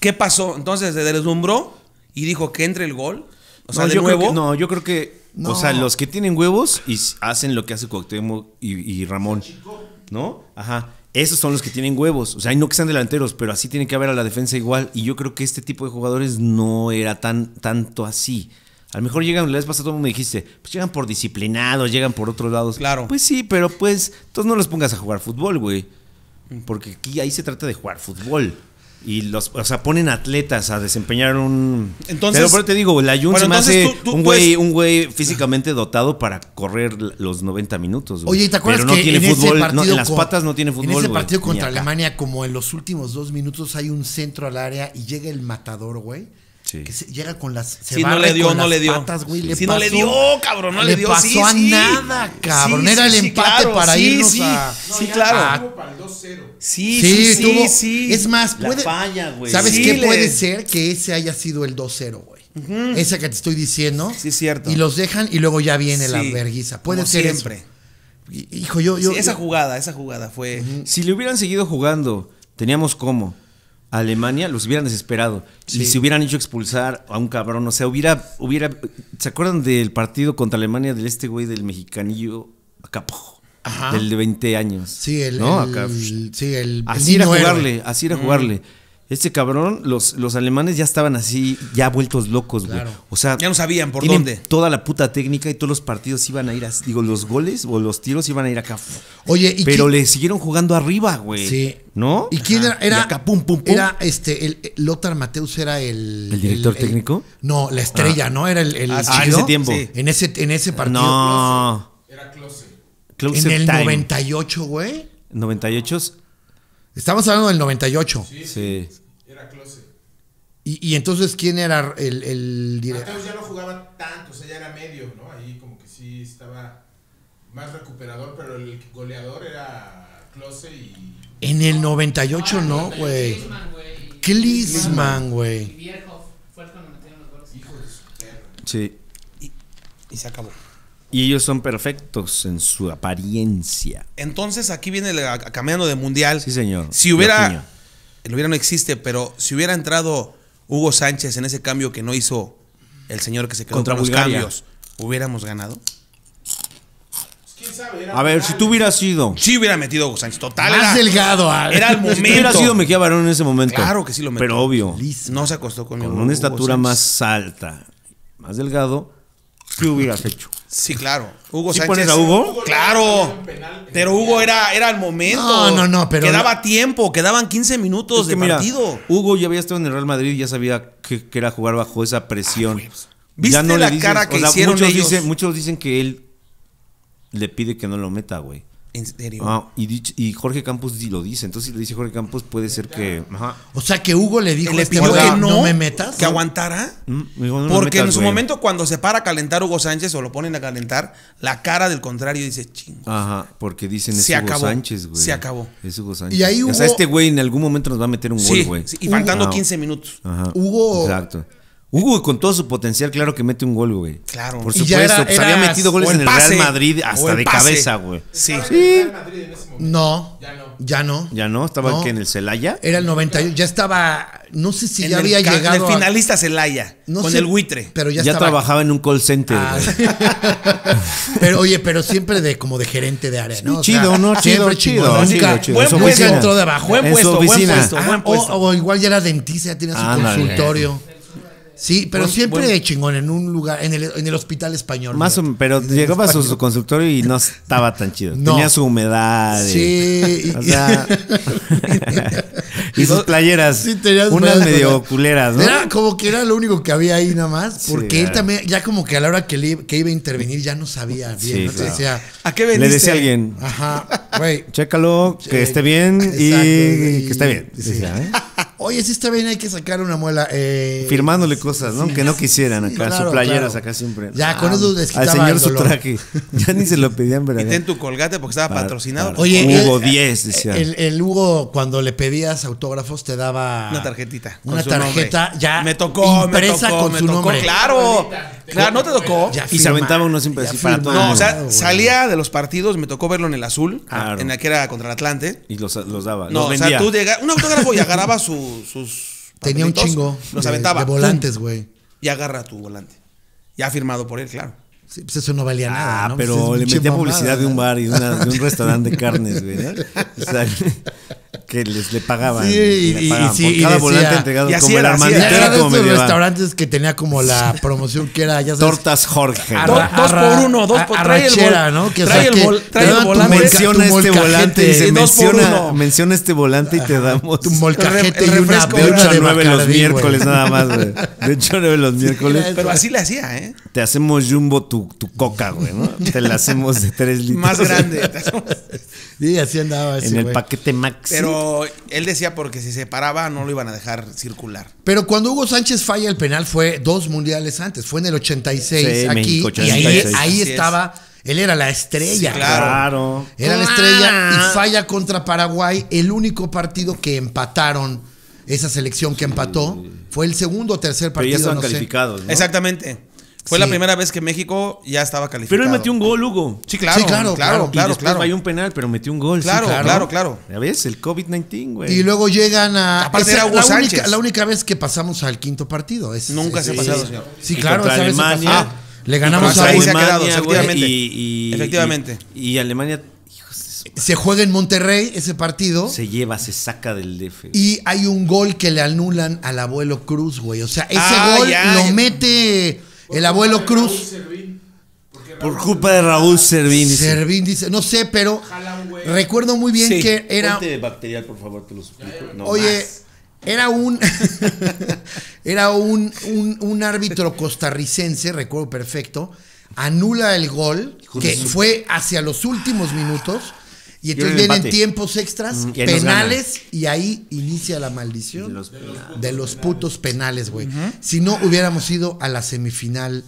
A: ¿Qué pasó? Entonces se deslumbró y dijo que entre el gol. O sea,
D: no,
A: de
D: yo
A: nuevo.
D: Creo que, no, yo creo que.
B: No.
D: O sea, los que tienen huevos y s- hacen lo que hace Cuauhtémoc y, y Ramón. ¿No? Ajá. Esos son los que tienen huevos. O sea, y no que sean delanteros, pero así tiene que haber a la defensa igual. Y yo creo que este tipo de jugadores no era tan tanto así. A lo mejor llegan, la vez pasada todo el mundo me dijiste, pues llegan por disciplinados, llegan por otros lados.
A: Claro.
D: Pues sí, pero pues, entonces no los pongas a jugar fútbol, güey.
A: Mm.
D: Porque aquí ahí se trata de jugar fútbol. Y los, o sea, ponen atletas a desempeñar un.
A: Entonces-
D: Pero, pero te digo, la Jun
A: Bueno,
D: se me
A: entonces
D: hace
A: tú- tú
D: un güey
A: puedes-
D: un güey físicamente dotado para correr l- los 90 minutos. güey.
B: Oye, ¿y te acuerdas
D: Pero no
B: que
D: tiene
B: en
D: fútbol,
B: ese
D: no,
B: partido
D: en las
B: con-
D: patas no tiene
B: En
D: fútbol.
B: ese
D: güey,
B: partido
D: ni
B: contra
D: acá.
B: Alemania, como en los últimos dos minutos hay un centro al área y llega el matador, güey.
D: Sí.
B: Que se- llega con las. Se
A: Si no
B: barre
A: le dio,
B: con
A: no
B: las
A: le dio.
B: patas, güey, le
A: Si no le
B: pasó-
A: dio, cabrón, no le dio,
B: pasó
A: sí,
B: a
A: sí.
B: nada, cabrón.
A: Sí,
B: Era el
A: sí,
B: empate
A: claro,
B: para
A: sí,
B: irnos
A: sí.
B: a.
C: No,
A: sí,
C: ya
A: claro.
C: estuvo para el 2-0.
A: Sí, sí,
B: Sí,
A: sí,
B: tuvo-
A: sí.
B: Es más,
D: La
B: puede.
D: falla, güey.
B: ¿Sabes
A: Sí,
B: qué
A: le-
B: puede ser? Que ese haya sido el 2-0, güey. Esa que te estoy diciendo.
A: Sí, es cierto.
B: Y los dejan y luego ya viene la
A: Sí,
B: verguiza. Puede
A: como
B: ser eso.
A: siempre.
B: Y- Hijo, yo. yo
A: Sí, esa
B: yo-
A: jugada, esa jugada fue.
D: Si le hubieran seguido jugando, teníamos cómo. A Alemania los hubieran desesperado. Y se hubieran hecho expulsar a un cabrón. O sea, hubiera, hubiera. ¿Se acuerdan del partido contra Alemania del este güey del mexicanillo? Acá, po,
A: Ajá.
D: Del de 20 años.
B: Sí, el.
D: ¿No?
B: el-
D: Acá, pues,
B: sí, el.
D: Así era
B: niño héroe.
D: jugarle, así era jugarle. Este cabrón, los, los alemanes ya estaban así, ya vueltos locos, güey.
B: Claro.
D: O sea,
A: Ya no sabían por
D: tienen
A: dónde.
D: Toda la puta técnica y todos los partidos iban a ir, así, digo, los goles o los tiros iban a ir acá.
B: Oye, y
D: Pero
B: qui-
D: le siguieron jugando arriba, güey.
B: Sí.
D: ¿No?
B: ¿Y quién era?
D: Ajá.
B: Era,
D: Y acá, pum, pum, pum.
B: era, este, el, el Lothar Mateus era el.
D: ¿El director técnico?
B: no, la estrella, ¿no? Era el. el
A: Ah, sí,
D: Ah, en
B: chido.
D: ese tiempo.
A: Sí.
B: En ese, en ese partido.
D: No.
C: Era close.
D: Close
B: En el
D: time.
B: 98, güey.
D: 98.
B: Estamos hablando del 98.
C: Sí,
D: Sí.
C: era close.
B: Y, y entonces, ¿quién era el, el director?
C: Mateus ya no jugaba tanto, o sea, ya era medio, ¿no? Ahí como que sí estaba más recuperador, pero el goleador era close y
B: En el 98, no, güey.
E: Klinsmann, güey.
B: Klinsmann,
E: Y
B: güey.
E: Bierhoff fue el que nos metieron los goles.
C: hijo de su perro.
D: Sí.
A: Y se acabó.
D: Y ellos son perfectos en su apariencia.
A: Entonces aquí viene la- cambiando de mundial.
D: Sí, señor.
A: Si hubiera.
D: Jorginho.
A: El hubiera no existe, pero si hubiera entrado Hugo Sánchez en ese cambio que no hizo el señor que se quedó
D: Contra
A: con los
D: Bulgaria.
A: cambios, ¿hubiéramos ganado?
C: Pues quién sabe, era
D: A ver, si tú hubieras sido.
A: Sí hubiera metido Hugo Sánchez. Total,
B: Más
A: era-
B: delgado, ah. Al.
A: era el
D: Si hubiera
A: momento.
D: sido Mejía Barón en ese momento.
A: Claro que sí lo metió.
D: Pero obvio.
A: No se acostó conmigo.
D: Con una
A: Hugo
D: estatura
A: Sánchez.
D: más alta, más delgado, ¿qué hubieras hecho?
A: Sí, claro. Hugo
D: ¿Sí
A: Sánchez.
D: pones a Hugo?
A: Claro. Pero Hugo era, era el momento.
B: No, no, no, pero-
A: Quedaba tiempo, quedaban 15 minutos
D: Es
A: de
D: que mira,
A: partido.
D: Hugo ya había estado en el Real Madrid y ya sabía que, que era jugar bajo esa presión.
A: Ah, ¿Viste
D: Ya
A: la
D: le dices-
A: cara que hicieron
D: muchos
A: ellos?
D: Dicen, muchos dicen que él le pide que no lo meta, güey.
A: En serio.
D: Ah, y, dich- y Jorge Campos di- lo dice. Entonces, si le dice Jorge Campos, puede ser que. Ajá.
B: O sea, que Hugo le dijo
A: Le
B: a este
A: pidió
B: güey,
A: que
B: no,
A: no,
B: me metas.
A: Que aguantara.
D: Mm, me dijo, "No me
A: Porque en
D: metas,
A: su
D: güey".
A: momento, cuando se para a calentar Hugo Sánchez o lo ponen a calentar, la cara del contrario dice chingo.
D: Ajá, Pues, porque dicen es
A: Se
D: Hugo
A: acabó,
D: Sánchez, güey.
A: se acabó.
D: Es Hugo Sánchez.
B: Y ahí
D: O sea,
B: hubo-
D: este güey en algún momento nos va a meter un
A: Sí,
D: gol, güey.
A: sí, y faltando
D: Hugo.
A: 15 minutos.
D: Ajá.
B: Hugo-
D: Exacto. Hugo con todo su potencial, claro que mete un gol, güey.
A: Claro.
D: Por
B: Y ya
D: supuesto,
B: era-
D: pues había
B: eras-
D: metido goles
A: O
D: en el
A: pase,
D: Real Madrid
A: o
D: hasta
A: el
D: de
A: pase.
D: cabeza, güey.
A: Sí.
C: Estaba en
D: Sí.
C: el Real Madrid en ese momento.
B: No,
C: Ya no.
B: ya no.
D: Ya no, estaba
B: No.
D: que en el Celaya.
B: Era el 91, ya estaba, no sé si
A: En
B: ya
A: el
B: había
A: ca- en
B: llegado.
A: el
B: a-
A: finalista Celaya.
B: no
A: con
B: sé,
A: el buitre.
B: Pero ya,
D: ya
B: estaba.
D: trabajaba en un call center.
B: Ah,
D: güey.
B: sí. pero oye, pero siempre de como de gerente de área, ¿no?
D: Sí, chido, ¿no?
B: siempre
D: Chido,
B: chingón,
D: chido,
B: nunca-
D: chido.
B: Buen
D: En su
B: puesto
D: oficina.
B: entró de abajo.
A: Buen
D: En su
A: puesto, buen
D: oficina.
A: puesto,
B: Ah,
A: buen
B: o,
A: puesto.
B: o igual ya era dentista, ya tenía su
D: Ándale.
B: consultorio. Sí, pero
A: Buen-
B: siempre
A: buen-
B: chingón en un lugar, en el, en el hospital español.
D: Más o
B: fíjate.
D: menos, pero llegaba a su, su consultorio y no estaba tan chido.
B: No.
D: Tenía su humedad. y-
B: Sí, y-
D: O sea. y sus playeras.
B: Sí, tenías
D: unas
B: buenas
D: medio
B: cosas.
D: culeras, ¿no?
B: Era como que era lo único que había ahí nada más,
D: Sí, ah.
B: porque él
D: claro.
B: también, ya como que a la hora que, le- que iba a intervenir ya no sabía bien,
D: Sí,
B: ¿no? Te
D: claro.
B: decía,
A: ¿A qué veniste?
D: Le decía a alguien,
B: ajá, güey.
D: chécalo, que
B: eh,
D: esté bien y
B: exacto,
D: que esté bien.
B: sí.
D: Decía, ¿eh?
B: Oye, si está bien, hay que sacar una muela. eh,
D: Firmándole cosas, ¿no? que no quisieran
B: sí,
D: acá,
B: claro,
D: su playera
B: claro.
D: acá siempre. Ah,
B: Ya, con eso les
D: Al
B: quitaba
D: señor
B: el
D: su
B: dolor.
D: traje. Ya ni se lo pedían, pero
A: Y
D: ya.
A: ten tu colgate porque estaba
D: Para-
A: patrocinado.
D: para-
B: Oye,
D: Hugo
B: el-
D: 10, decía.
B: El, el Hugo, cuando le pedías autógrafos, te daba.
A: Una tarjetita. con
B: Una
A: su nombre.
B: tarjeta ya.
A: Me tocó,
B: Impresa
A: me tocó,
B: con
A: me
B: su
A: tocó.
B: nombre.
A: Claro.
C: Te
A: Claro, no te tocó.
B: Ya
D: Y se
B: firma-
D: aventaba uno siempre
B: ya
D: así para
B: firmado,
D: todo.
A: No, o sea,
B: güey.
A: salía de los partidos, me tocó verlo en el azul,
D: Claro.
A: en la que era contra el Atlante.
D: Y los, los daba.
A: No,
D: los
A: o
D: vendía.
A: sea, tú llegas, un autógrafo y agarraba su- sus.
B: Tenía un
A: papelitos,
B: chingo.
A: Los
B: de-
A: aventaba.
B: De
A: ¡pum!
B: volantes, güey.
A: Y agarra tu volante. Ya firmado por él, claro.
B: Sí, pues eso no valía nada.
D: Ah,
B: ¿no? Pues
D: pero
B: es
D: le
B: pinche
D: metía
B: mamada,
D: publicidad de un
B: ¿verdad?
D: bar y de una- de un restaurante de carnes, güey. ¿no? O sea, que les le pagaban.
B: Sí,
D: le
B: y- y-
D: pagaban
B: sí,
D: por
B: y
D: cada
B: decía-
D: volante entregado
A: y así
D: como el
A: era, así
D: armadito.
A: era.
B: Ya era
D: Era
B: de
D: como
B: esos
D: medieval.
B: restaurantes que tenía como la promoción que era, ya sabes.
D: Tortas Jorge.
A: Do-
B: Arra-
A: dos por uno, dos
B: a-
A: por- trae el
B: arrachera,
A: vol-
B: ¿no? Que
A: trae el
B: saque-
A: vol- trae
B: te
A: el
B: daban tu
A: volante.
B: molca-
D: menciona
B: tu
D: este
B: molcajete,
D: volante y dice,
A: dos por
D: menciona,
A: uno.
D: menciona este volante y te damos
B: tu molcajete
A: El
B: y
A: re- el
B: una
A: refresco
D: de
B: una
D: 8 a
B: de
D: 9 los
B: Bacardí, güey.
D: miércoles nada más, güey. De 8 a 9 los miércoles.
A: Pero así le hacía, ¿eh?
D: Te hacemos jumbo tu, tu coca, güey, ¿no? Te la hacemos de 3 litros.
A: Más grande.
B: Y así andaba
D: En
B: ese
D: el
B: güey.
D: paquete max.
A: Pero él decía porque si se paraba no lo iban a dejar circular.
B: Pero cuando Hugo Sánchez falla el penal fue dos mundiales antes, fue en el 86
D: Sí,
B: aquí
D: México,
B: y ahí-
D: 86.
B: ahí,
A: Así es.
B: estaba, él era la estrella.
A: Sí,
D: claro. Ah.
B: Era la estrella y falla contra Paraguay, el único partido que empataron esa selección que empató fue el segundo o
D: Pero
B: tercer
D: ya
B: partido,
D: estaban
B: no sé.
D: calificados, ¿no?
A: Exactamente. Fue
B: Sí.
A: la primera vez que México ya estaba calificado.
D: Pero él metió un gol, Hugo.
A: Sí, claro,
B: Sí, claro, claro.
A: claro, claro,
D: Y
A: claro,
D: después
A: claro.
D: falló un penal, pero metió un gol. sí,
A: Claro, claro, claro.
D: ¿Ya ves? El COVID-19, güey.
B: Y luego llegan a
A: Aparte era Hugo
B: la, única,
A: Sánchez.
B: la única vez que pasamos al quinto partido. es-
A: Nunca
B: es-
A: se ha
B: es-
A: pasado, señor.
B: Sí,
D: Y
B: claro,
D: contra
B: esa vez se
D: Alemania.
B: pasó. Ah, le ganamos
A: contra
B: a
A: Ahí se ha
B: Alemania.
A: quedado,
D: güey,
A: efectivamente.
D: Y, y-
A: Efectivamente.
D: Y, y Alemania, hijos de su-
B: Se juega en Monterrey ese partido.
D: se lleva, se saca del DF.
B: Y hay un gol que le anulan al abuelo Cruz, güey. O sea, ese
A: Ah,
B: gol
A: ya,
B: lo
A: ya.
B: mete
C: Por
B: el
C: culpa
B: abuelo
C: de Raúl
B: Cruz.
C: Servín, porque
D: Por
C: Raúl
D: culpa de Raúl Servín. dice.
B: Servín dice, no sé, pero
C: Jala, güey.
B: recuerdo muy bien
A: Sí,
B: que era,
D: Ponte bacterial, por favor, te lo suplico. No
B: oye,
D: más.
B: era un, era un, un, un árbitro costarricense, recuerdo perfecto, anula el gol
D: Hijo de
B: que
D: su-
B: fue hacia los últimos minutos. Y entonces
D: un
B: vienen
D: empate.
B: tiempos extras,
D: Mm, y ahí nos
B: penales, y ahí inicia la maldición.
D: De los-
B: de los putos penales, güey. Si no hubiéramos ido a la semifinal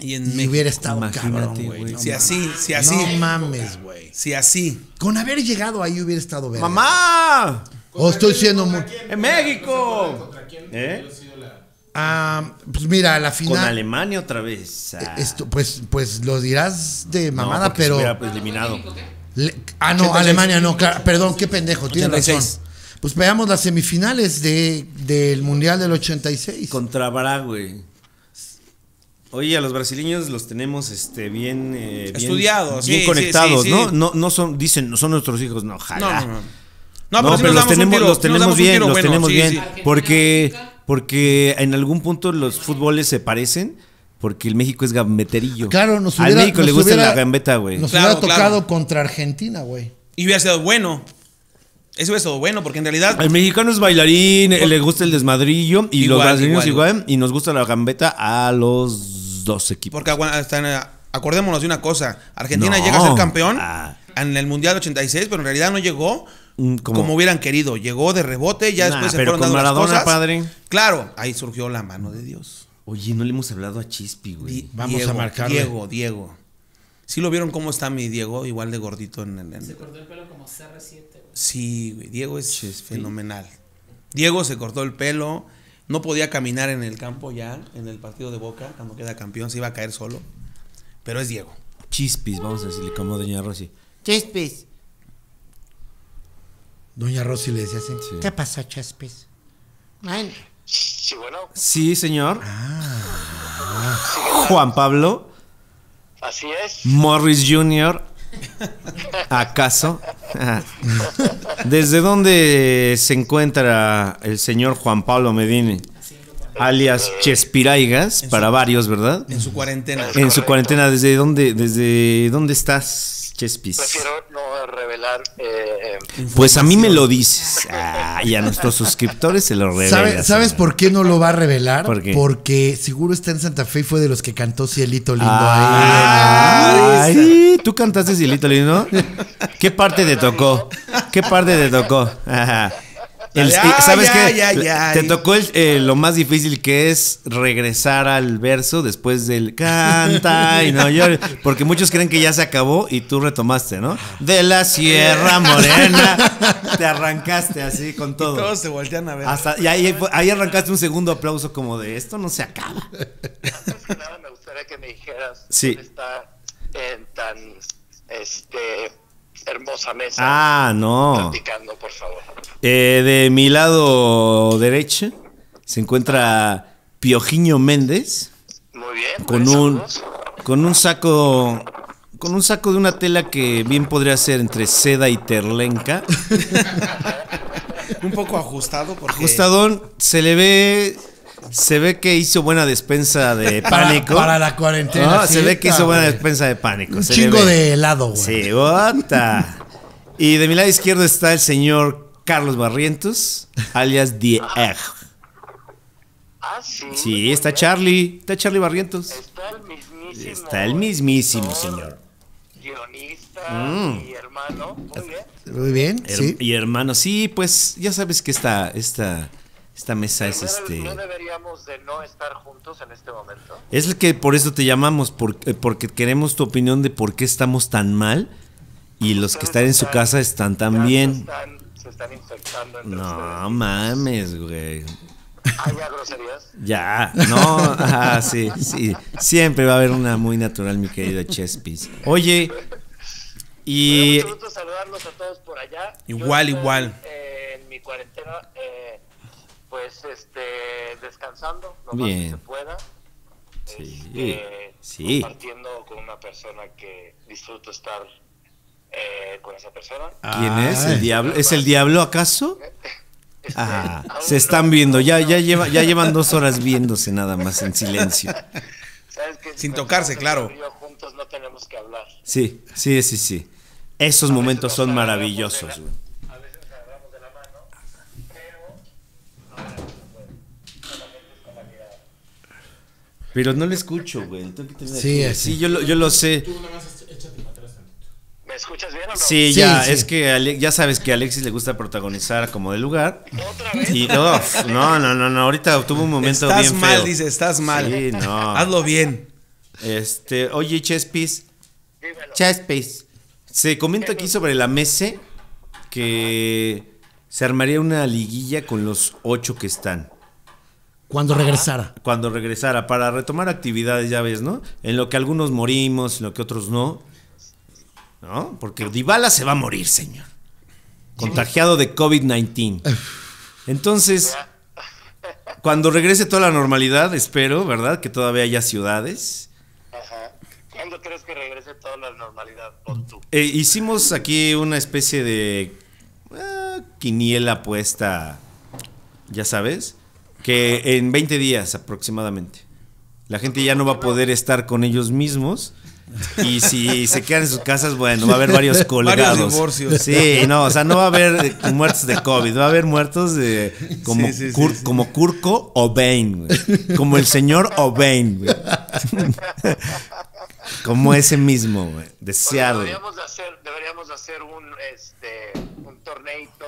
A: Y en
B: y
A: México.
B: hubiera estado
D: Imagínate,
B: cabrón, güey.
D: güey.
B: No
A: Si
B: mames.
A: así, si así,
B: No mames, güey.
A: si así.
B: Con haber llegado ahí hubiera estado verga.
D: ¡Mamá!
B: O estoy siendo
C: ¿Contra
B: muy.
C: quién?
D: ¡En
C: ¿No se
D: México!
C: acuerdan contra quién?
D: ¿Eh?
C: Yo he sido la-
B: Ah, pues mira, a la
D: Con
B: final.
D: Alemania otra vez. Ah.
B: Esto, pues, pues lo dirás de
D: No,
B: mamada,
D: porque se
B: pero.
D: hubiera, pues, eliminado.
B: le- ah, no,
A: 86.
B: Alemania no, claro. Perdón, qué pendejo, tienes
A: 86.
B: razón. Pues veamos las semifinales de, del Mundial del 86.
D: Contra Bará, güey. Oye, a los brasileños los tenemos este, bien, eh, bien-
A: Estudiados,
D: bien
A: sí,
D: conectados,
A: sí, sí, sí.
D: ¿no? No, no son, dicen, no son nuestros hijos, no,
A: No,
D: ojalá.
A: no, no.
D: No, pero,
A: sí nos
D: los
A: damos un
D: tenemos,
A: tiro,
D: los
A: sí nos
D: tenemos
A: damos un
D: bien,
A: tiro
D: los
A: bueno,
D: tenemos
A: sí,
D: bien.
A: sí.
D: Porque, porque en algún punto los fútboles se parecen, porque el México es gambeterillo.
B: Claro, nos
D: Al
B: hubiera.
D: México le
B: nos
D: gusta
B: hubiera-
D: la gambeta, güey.
B: Nos
A: Claro,
B: hubiera tocado
A: claro.
B: contra Argentina, güey.
A: Y hubiera sido bueno. Eso hubiera sido bueno, porque en realidad
D: El mexicano es bailarín, eh, le gusta el desmadrillo, y los
A: Igual,
D: brasileños igual,
A: igual.
D: y nos gusta la gambeta a los dos equipos.
A: Porque agua- hasta en- acordémonos de una cosa: Argentina
D: No.
A: llega a ser campeón
D: Ah.
A: en el Mundial 86, pero en realidad no llegó
D: Mm, ¿cómo?
A: como hubieran querido. Llegó de rebote, ya
D: Nah,
A: después se
D: pero
A: fueron
D: con
A: dando las
D: Maradona,
A: cosas.
D: padre.
A: Claro, ahí surgió la mano de Dios.
D: Oye, no le hemos hablado a Chispi, güey.
A: Di-
B: Vamos a marcarle.
A: Diego, Diego. ¿Sí lo vieron cómo está mi Diego? Igual de gordito en el. en-
E: Se cortó el pelo como CR7, güey.
A: Sí, güey, Diego es
D: Chespi.
A: fenomenal. Diego se cortó el pelo, no podía caminar en el campo ya, en el partido de Boca, cuando queda campeón, se iba a caer solo. Pero es Diego.
D: Chispis, vamos a decirle como doña Rosy.
F: Chespis.
B: Doña Rosy le decía así.
F: ¿Qué pasó, Chespis? Bueno,
G: Sí, bueno,
D: Sí, señor. Ah. Juan Pablo
G: así es.
D: Morris Jr. ¿Acaso? Ah. ¿Desde dónde se encuentra el señor Juan Pablo Medine? Alias Chespiraigas, para varios, ¿verdad?
A: En su cuarentena.
D: En su cuarentena, ¿desde dónde, desde dónde estás, Chespis?
G: Prefiero no revelar. eh, eh,
D: Pues a mí me lo dices. Ah, y a nuestros suscriptores se lo revelas.
B: ¿Sabe- ¿Sabes por qué no lo va a revelar?
D: ¿Por qué?
B: Porque seguro está en Santa Fe y fue de los que cantó Cielito Lindo
D: Ay, ay, tú cantaste Cielito Lindo. ¿Qué parte te tocó? ¿Qué parte te tocó? Ajá. El- eh,
A: Ya,
D: ¿Sabes
A: ya,
D: qué?
A: ya, ya.
D: Te tocó el- eh, lo más difícil que es regresar al verso después del canta y no llores. Porque muchos creen que ya se acabó y tú retomaste, ¿no? De la Sierra Morena. Te arrancaste así con todo.
A: Todos se voltean a ver.
D: Hasta- y ahí, ahí arrancaste un segundo aplauso como de esto no se acaba.
G: antes que nada, me gustaría que me dijeras
D: Sí.
G: dónde está en tan este, hermosa mesa
D: Ah, no.
G: platicando, por favor.
D: Eh, de mi lado derecho se encuentra Piojiño Méndez
G: Muy bien.
D: con
G: pues,
D: un
G: saludos.
D: con un saco con un saco de una tela que bien podría ser entre seda y terlenca.
A: Un poco ajustado porque
D: Ajustadón, se le ve se ve que hizo buena despensa de
B: para,
D: pánico.
B: para la cuarentena.
D: No,
B: sí,
D: se ve que hizo buena
B: güey.
D: despensa de pánico.
B: Un
D: se le
B: chingo
D: ve.
B: de helado, güey.
D: Sí, bota. Y de mi lado izquierdo está el señor Carlos Barrientos, alias Dieg.
G: Ah, sí.
D: Sí, está Charlie. Está Charlie Barrientos.
G: Está el mismísimo.
D: Está el mismísimo,
G: actor,
D: señor.
G: Guionista
D: Mm.
G: y hermano. Muy bien.
B: Muy bien,
D: Her-
B: sí.
D: Y hermano, sí, pues ya sabes que esta, esta, esta mesa es
G: No debe-
D: este.
G: No deberíamos de no estar juntos en este momento.
D: Es el que por eso te llamamos, por- eh, porque, queremos tu opinión de por qué estamos tan mal y los que están en su casa están
G: Ya
D: tan
G: se
D: bien.
G: están- Se están infectando entre
D: No
G: ustedes.
D: mames, güey.
G: ¿Hay ya groserías?
D: Ya, no, ah, sí, sí. Siempre va a haber una muy natural, mi querido Chespis. Oye, y
G: Me da mucho gusto saludarlos a todos por allá.
A: Igual,
G: Yo estoy,
A: igual.
G: eh, en mi cuarentena, eh, pues este, descansando lo
D: Bien.
G: más que se pueda.
D: Sí,
G: Este,
D: sí.
G: Compartiendo con una persona que disfruto estar eh, con esa persona.
D: ¿quién es? ¿El
B: Ay.
D: diablo? ¿Es el diablo acaso?
G: Este,
D: Ah,
G: aún
D: se
G: no-
D: están viendo, ya, ya,
G: no,
D: lleva, ya llevan dos horas viéndose nada más en silencio.
G: ¿sabes que
A: Sin
G: cuando
A: tocarse,
G: estamos
A: claro.
G: tú y yo juntos no tenemos que hablar.
D: Sí, sí, sí, sí. Esos
G: A veces
D: momentos
G: nos
D: son
G: agarramos de
D: maravillosos,
G: la-
D: güey.
G: A veces nos agarramos de la mano, pero
D: Pero no lo escucho, güey. Tengo que tener
B: Sí,
D: aquí.
B: así.
D: sí yo, lo, yo lo sé.
C: Tú nada más échate para atrás tantito.
G: ¿me escuchas bien o no?
D: Sí,
B: Sí,
D: ya,
B: sí.
D: es que Ale- ya sabes que a Alexis le gusta protagonizar como de lugar.
G: ¿Otra vez?
D: Y no, no, no, no, no, ahorita tuvo un momento
A: Estás
D: bien
A: mal,
D: feo.
A: dice, estás mal.
D: Sí, no.
A: Hazlo bien.
D: Este, oye, Chespis,
G: Dímelo.
D: Chespis, se comenta aquí sobre la mesa que se armaría una liguilla con los ocho que están.
B: Cuando regresara.
D: cuando regresara para retomar actividades, ya ves, ¿no? En lo que algunos morimos, en lo que otros no. ¿No? Porque Dybala se va a morir, señor. Contagiado de COVID-19. Entonces, cuando regrese toda la normalidad, espero, ¿verdad? Que todavía haya ciudades.
G: Ajá. ¿Cuándo crees que regrese toda la normalidad con tú?
D: Eh, hicimos aquí una especie de eh, quiniela puesta, ya sabes, que en 20 días aproximadamente. La gente ya no va a poder estar con ellos mismos. Y si se quedan en sus casas, bueno, va a haber varios colgados.
A: divorcios.
D: Sí, no, o sea, no va a haber eh, muertos de COVID, va a haber muertos de como,
A: Sí, sí, sí,
D: Cur-
A: sí.
D: como Curco O'Bain, güey. Como el señor O'Bain, güey. Como ese mismo, güey.
G: Oye,
D: Deseado.
G: deberíamos de hacer, deberíamos de hacer un este un torneito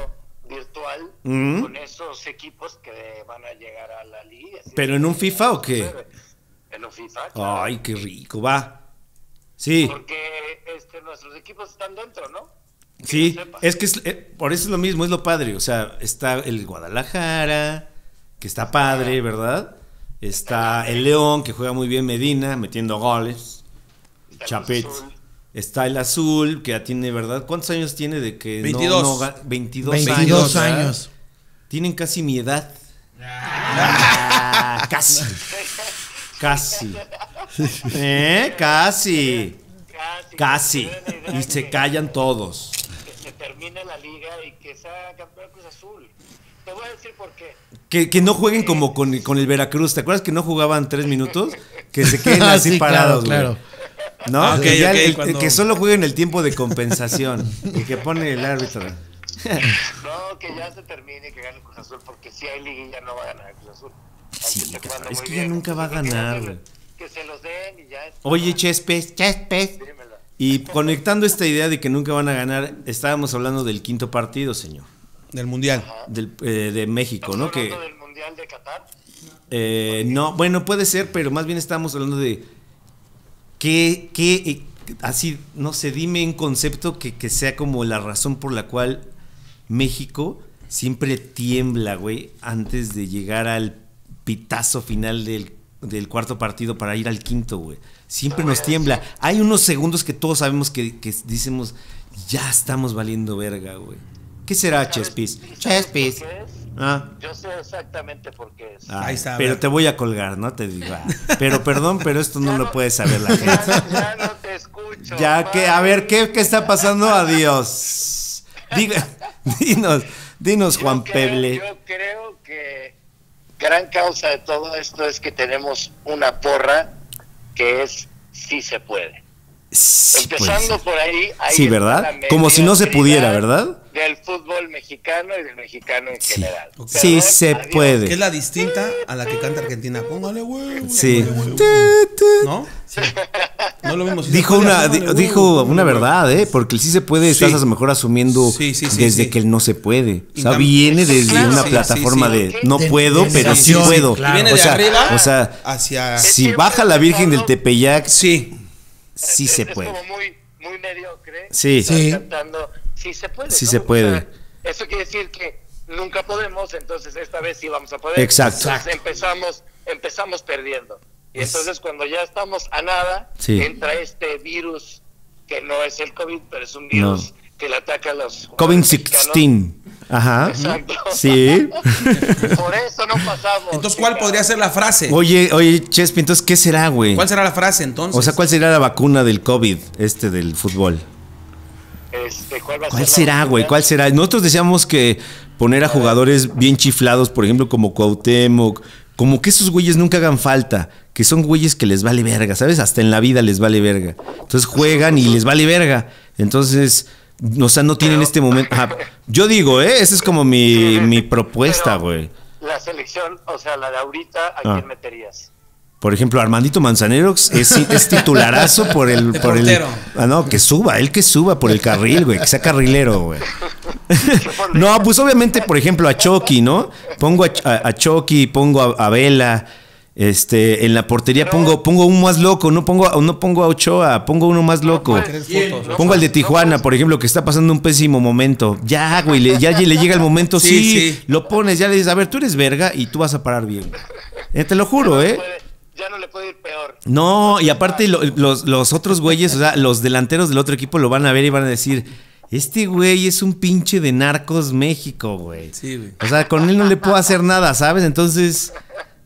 G: virtual
D: Ujú.
G: con esos equipos que van a llegar a la liga. ¿sí?
D: ¿Pero en un FIFA o qué?
G: En un FIFA. claro.
D: Ay, qué rico, va. Sí,
G: Porque este, nuestros equipos están dentro, ¿no?
D: sí. Es que es- eh, por eso es lo mismo, es lo padre. O sea, está el Guadalajara, que está padre, ¿verdad? Está el León, que juega muy bien Medina, metiendo goles.
G: Está el
D: Chapet.
G: Azul.
D: Está el Azul, que ya tiene, ¿verdad? ¿Cuántos años tiene de que no-
A: 22.
D: no ga- 22,
B: 22
D: ¿verdad?
B: años.
D: Tienen casi mi edad. Ah, casi. Casi. ¿Eh? Casi. Casi.
G: Casi. que se den la idea
D: Y se
G: que-
D: callan todos.
G: Que se termine la liga y que sea campeón Cruz Azul. Te voy a decir por qué.
D: Que, que no jueguen como con, con el Veracruz. ¿Te acuerdas que no jugaban tres minutos? Que se queden
B: Ah,
D: así
B: sí, claro,
D: parados, güey.
B: claro.
D: ¿No?
A: Ah,
D: que,
A: ok,
D: ya
A: ok,
D: el-
A: cuando-
D: que solo jueguen el tiempo de compensación. el que pone el árbitro.
G: No, que ya se termine y que gane Cruz Azul, porque si hay liguilla no va a ganar Cruz Azul.
D: Sí,
G: Aunque esté
D: cabrón,
G: jugando
D: es
G: muy
D: que ya nunca va a
G: Entonces,
D: ganar,
G: que se
D: güey.
G: los- Que se los den y ya está.
D: Oye, Chespes, Chespes.
G: Dímelo.
D: Y conectando esta idea de que nunca van a ganar, estábamos hablando del quinto partido, señor.
A: Del mundial.
D: Del, eh, de México,
G: ¿Estamos
D: ¿no? Que, Ah,
G: hablando del Mundial de Qatar?
D: Eh, no, bueno, puede ser, pero más bien estábamos hablando de que, que eh, así, no sé, dime un concepto que, que sea como la razón por la cual México siempre tiembla, güey, antes de llegar al pitazo final del, del cuarto partido para ir al quinto, güey. Siempre nos tiembla. Hay unos segundos que todos sabemos que, que decimos, ya estamos valiendo verga, güey. ¿Qué será, Chespis?
G: ¿Sabes
D: Chespis.
G: por qué es?
D: Ah.
G: Yo sé exactamente por qué es.
D: Ah,
A: Ahí está, a
D: Pero
A: ver.
D: te voy a colgar, ¿no? Te digo. ah, pero perdón, pero esto no
G: Ya
D: lo puede saber la
G: ya,
D: gente.
G: no- ya no te escucho.
D: Ya que, a ver, ¿qué, qué está pasando? Adiós. Diga, dinos, dinos,
G: Yo
D: Juan
G: creo-
D: Peble.
G: Yo creo que gran causa de todo esto es que tenemos una porra que es sí se puede.
D: Sí, pues.
G: Empezando por ahí. ahí
D: Sí,
G: está
D: ¿verdad?
G: la
D: Como si no se
G: mediocridad.
D: pudiera, ¿verdad?
G: del fútbol mexicano y del mexicano en
D: Sí.
G: general.
A: Ok.
D: Sí
G: Perdón,
D: se
G: adiós.
A: Que es
D: puede.
A: la distinta a la que canta Argentina. Póngale huevo.
D: Sí.
A: póngale huevo.
D: Tu, tu.
A: ¿No? No es lo mismo. Si se
D: Dijo
A: puede,
D: una,
A: póngale
D: di-
A: huevo,
D: dijo
A: póngale
D: una
A: huevo.
D: verdad, ¿eh? Porque el sí se puede
A: Sí.
D: estás a lo mejor asumiendo
A: Sí, sí, sí,
D: desde
A: sí.
D: que el no se puede. O
A: Y
D: sea,
A: tam-
D: viene desde
A: Claro.
D: una
A: Sí, sí,
D: plataforma
A: sí.
D: de no
B: De-
D: puedo,
B: de
D: pero sí
B: negación,
D: puedo.
B: claro.
A: Y viene
D: O
A: de
D: sea,
A: arriba
D: o sea,
A: hacia.
D: si baja la Virgen del Tepeyac,
A: Sí.
D: sí
G: es,
D: se
G: es
D: puede.
G: como muy, muy mediocre.
D: Sí.
G: estar
B: Sí.
G: cantando, sí se puede.
D: Sí
G: ¿no?
D: se
G: O sea,
D: puede.
G: eso quiere decir que nunca podemos, entonces esta vez sí vamos a poder.
D: Exacto.
G: Entonces empezamos, empezamos perdiendo. Y entonces cuando ya estamos a nada,
D: Sí.
G: entra este virus que no es el COVID, pero es un virus que le ataca a los... jugadores mexicanos.
D: COVID-16. Ajá.
G: Exacto.
D: Sí.
G: Por eso no pasamos.
A: Entonces, ¿cuál
G: chingado.
A: podría ser la frase?
D: Oye, oye, Chespi, entonces, ¿qué será, güey?
A: ¿Cuál será la frase entonces?
D: O sea, ¿cuál será la vacuna del COVID, este del fútbol?
G: Este, ¿Cuál, va a
D: ¿Cuál
G: ser la
D: será, güey?
G: vacuna?
D: ¿Cuál será? Nosotros decíamos que poner a jugadores bien chiflados, por ejemplo, como Cuauhtémoc, como que esos güeyes nunca hagan falta, que son güeyes que les vale verga, ¿sabes? Hasta en la vida les vale verga. Entonces juegan y les vale verga. Entonces, o sea, no tienen
G: Pero-
D: este momento. Ajá. Yo digo, ¿eh? Esa es como mi, mi propuesta,
G: Pero
D: güey.
G: La selección, o sea, la de ahorita, ¿a
D: Ah.
G: quién meterías?
D: Por ejemplo, Armandito Manzanero es, es titularazo por el.
A: De
D: por el-
A: portero.
D: ah, no, que suba, él que suba por el carril, güey, que sea carrilero, güey. No, pues obviamente, por ejemplo, a Chucky, ¿no? Pongo a, a- a Chucky, pongo a, a Vela. Este, en la portería pongo, pongo un más loco, no pongo, a- no pongo a Ochoa, pongo uno más loco.
A: Tres
C: ¿Quién?
A: fotos.
C: No,
D: Pongo al de Tijuana, por ejemplo, que está pasando un pésimo momento. Ya, güey, le, ya le llega el momento, sí,
A: Sí, sí.
D: lo pones, ya le dices, a ver, tú eres verga y tú vas a parar bien. Eh, te lo juro, ¿eh?
G: Puede- ya pues, no le puede ir peor.
D: No, y aparte lo- los, los otros güeyes, o sea, los delanteros del otro equipo lo van a ver y van a decir, este güey es un pinche de narcos México, güey.
A: Sí, güey.
D: O sea, con él no le puedo hacer nada, ¿sabes? Entonces,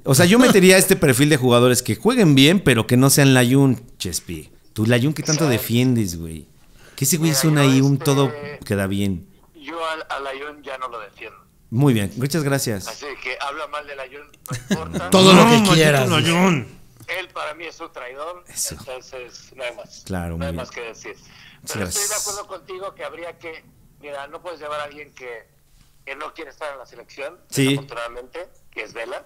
D: o sea, yo metería este perfil de jugadores que jueguen bien, pero que no sean Layun, Chespi. Tú, Layun, que tanto defiendes, güey. Que ese güey es un
G: Mira, yo,
D: ahí, un
G: este,
D: todo queda bien.
G: Yo al, al Ayun ya no lo defiendo.
D: Muy bien, muchas gracias.
G: Así que habla mal del Ayun, no importa.
B: Todo lo que quieras.
G: Él para mí es un traidor.
D: Eso.
G: Entonces, no hay más.
D: Claro,
G: no
D: muy
G: hay
D: bien.
G: más que decir.
D: Muchas
G: Pero estoy de
D: gracias.
G: acuerdo contigo que habría que. Mira, no puedes llevar a alguien que, que no quiere estar en la selección,
D: Sí.
G: desafortunadamente, que es Vela.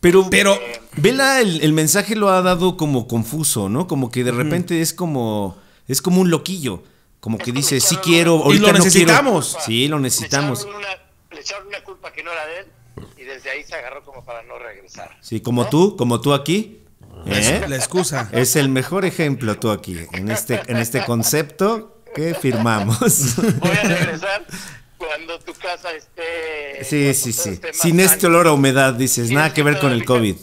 D: Pero,
A: Pero-
D: Vela, el, el mensaje lo ha dado como confuso, ¿no? Como que de repente es como es como un loquillo, como que dice sí quiero, ahorita
A: lo
D: no quiero".
A: necesitamos.
D: Sí, lo
G: Le
D: necesitamos.
G: echaron una- Le echaron una culpa que no era de él y desde ahí se agarró como para no regresar.
D: Sí, como tú, como tú aquí. ¿eh?
A: Es la excusa.
D: Es el mejor ejemplo tú aquí en este en este concepto que firmamos.
G: Voy a regresar cuando tu casa esté.
D: Sí,
G: cuando
D: sí,
G: todo
D: sí.
G: esté más
D: Sin este
G: sano.
D: olor a humedad dices, nada que ver con el COVID.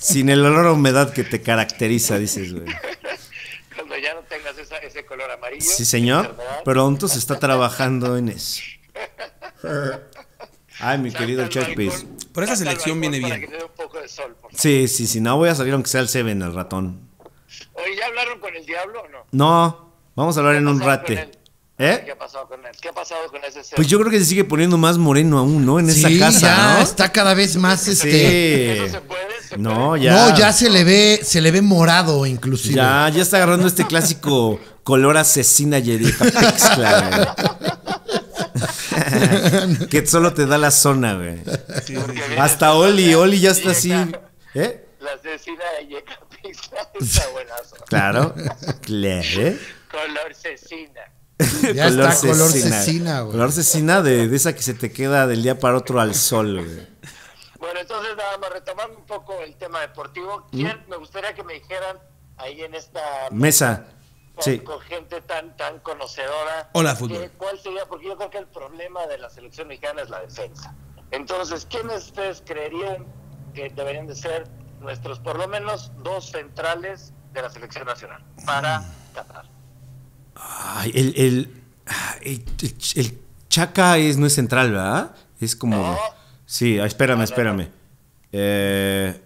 D: Sin el olor a humedad que te caracteriza, dices, güey.
G: Cuando ya no tengas esa- ese color amarillo.
D: Sí, señor.
G: enfermedad.
D: Pronto se está trabajando en eso. Ay, mi
G: Salta
D: querido
G: al
D: Chespis.
G: balcón,
A: Pero esa
G: salta al
A: selección
G: balcón
A: viene
G: para
A: bien.
G: que te dé un poco de sol, por favor.
D: Sí, sí, sí. No voy a salir aunque sea el Seven, el ratón.
G: Oye, ¿ya hablaron con el diablo o no?
D: No, vamos a hablar en un
G: ¿Qué ha pasado con
D: rate.
G: él? ¿Qué
D: ¿Eh?
G: ha pasado con él? ¿Qué ha pasado con ese ser?
D: Pues yo creo que se sigue poniendo más moreno aún, ¿no? En esa
B: sí,
D: casa,
B: ya
D: ¿no?
B: está cada vez más este.
G: ¿Eso se
D: Sí.
G: puede? ¿Se
D: No,
G: puede?
D: ya.
B: No, ya se le ve, se le ve morado inclusive.
D: Ya, ya está agarrando este clásico color asesina Yericapex, claro. güey. que solo te da la zona, güey.
G: Porque viene-
D: Hasta Oli, Oli ya está así.
G: Yeca-
D: ¿Eh?
G: La asesina de Yeca Pizza está buenazo.
D: Claro, claro.
G: Color cecina.
B: Ya está color cecina, güey.
D: Color cecina de, de esa que se te queda del día para otro al sol, güey.
G: Bueno, entonces nada más retomando un poco el tema deportivo, ¿quién- me gustaría que me dijeran ahí en esta
D: Mesa.
G: con,
D: Sí.
G: con gente tan tan conocedora.
A: Hola, fútbol.
G: ¿qué- ¿Cuál sería? Porque yo creo que el problema de la selección mexicana es la defensa. Entonces, ¿quiénes ustedes creerían que deberían de ser nuestros, por lo menos, dos centrales de la selección nacional para
A: Mm.
G: Qatar?
D: Ay, el, el, ah, el, el- el Chaca es, no es central, ¿verdad? Es como.
G: No.
D: Sí, ah, espérame, espérame. Eh,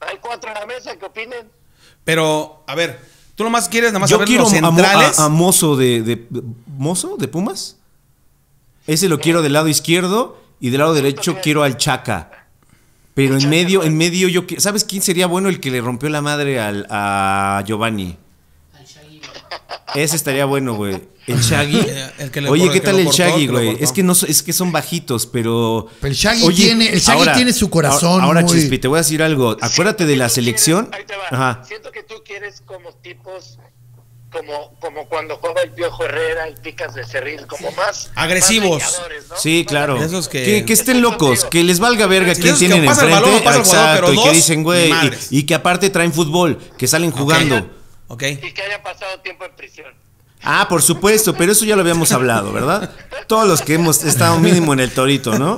G: Hay cuatro en la mesa que opinen.
A: Pero, a ver, tú nomás quieres nada más
D: yo
A: saber
D: quiero
A: los
D: a, Mo-
A: centrales.
D: a- a Mozo de, de- ¿Mozo? ¿De Pumas? Ese lo quiero del lado izquierdo y del lado derecho quiero al Chaca. Pero en medio, en medio yo qui- ¿Sabes quién sería bueno el que le rompió la madre al, a Giovanni?
E: Al Shaggy.
D: Ese estaría bueno, güey. El Shaggy.
A: Eh, el que le-
D: Oye,
A: el
D: ¿qué
A: que
D: tal
A: lo
D: el
A: cortó,
D: Shaggy,
A: el que lo
D: güey?
A: cortó.
D: Es que no so- es que son bajitos, pero.
B: Pero el Shaggy tiene- el Shaggy tiene su corazón
D: Ahora,
B: muy-
D: Chispi, te voy a decir algo. Acuérdate
G: Siento
D: de
G: que
D: la
G: tú
D: selección.
G: quieres- ahí te va.
D: Ajá.
G: Siento que tú quieres como tipos, como, como cuando juega el Piojo Herrera y picas de cerril, como más
A: Agresivos.
G: más leñadores, ¿no?
D: Sí,
G: Más
D: claro.
A: De
G: agresivos.
A: esos que-
D: que estén locos, que les valga verga
A: Sí,
D: quién
A: esos que
D: tienen
A: pasa el
D: enfrente.
A: balón, pasa el balón,
D: Exacto,
A: pero
D: y que
A: dos,
D: dicen, güey, y-
A: madres.
D: y, que aparte traen fútbol, que salen jugando.
A: Ok.
G: Y que hayan pasado tiempo en prisión.
D: Ah, por supuesto, pero eso ya lo habíamos hablado, ¿verdad? Todos los que hemos estado mínimo en el torito, ¿no?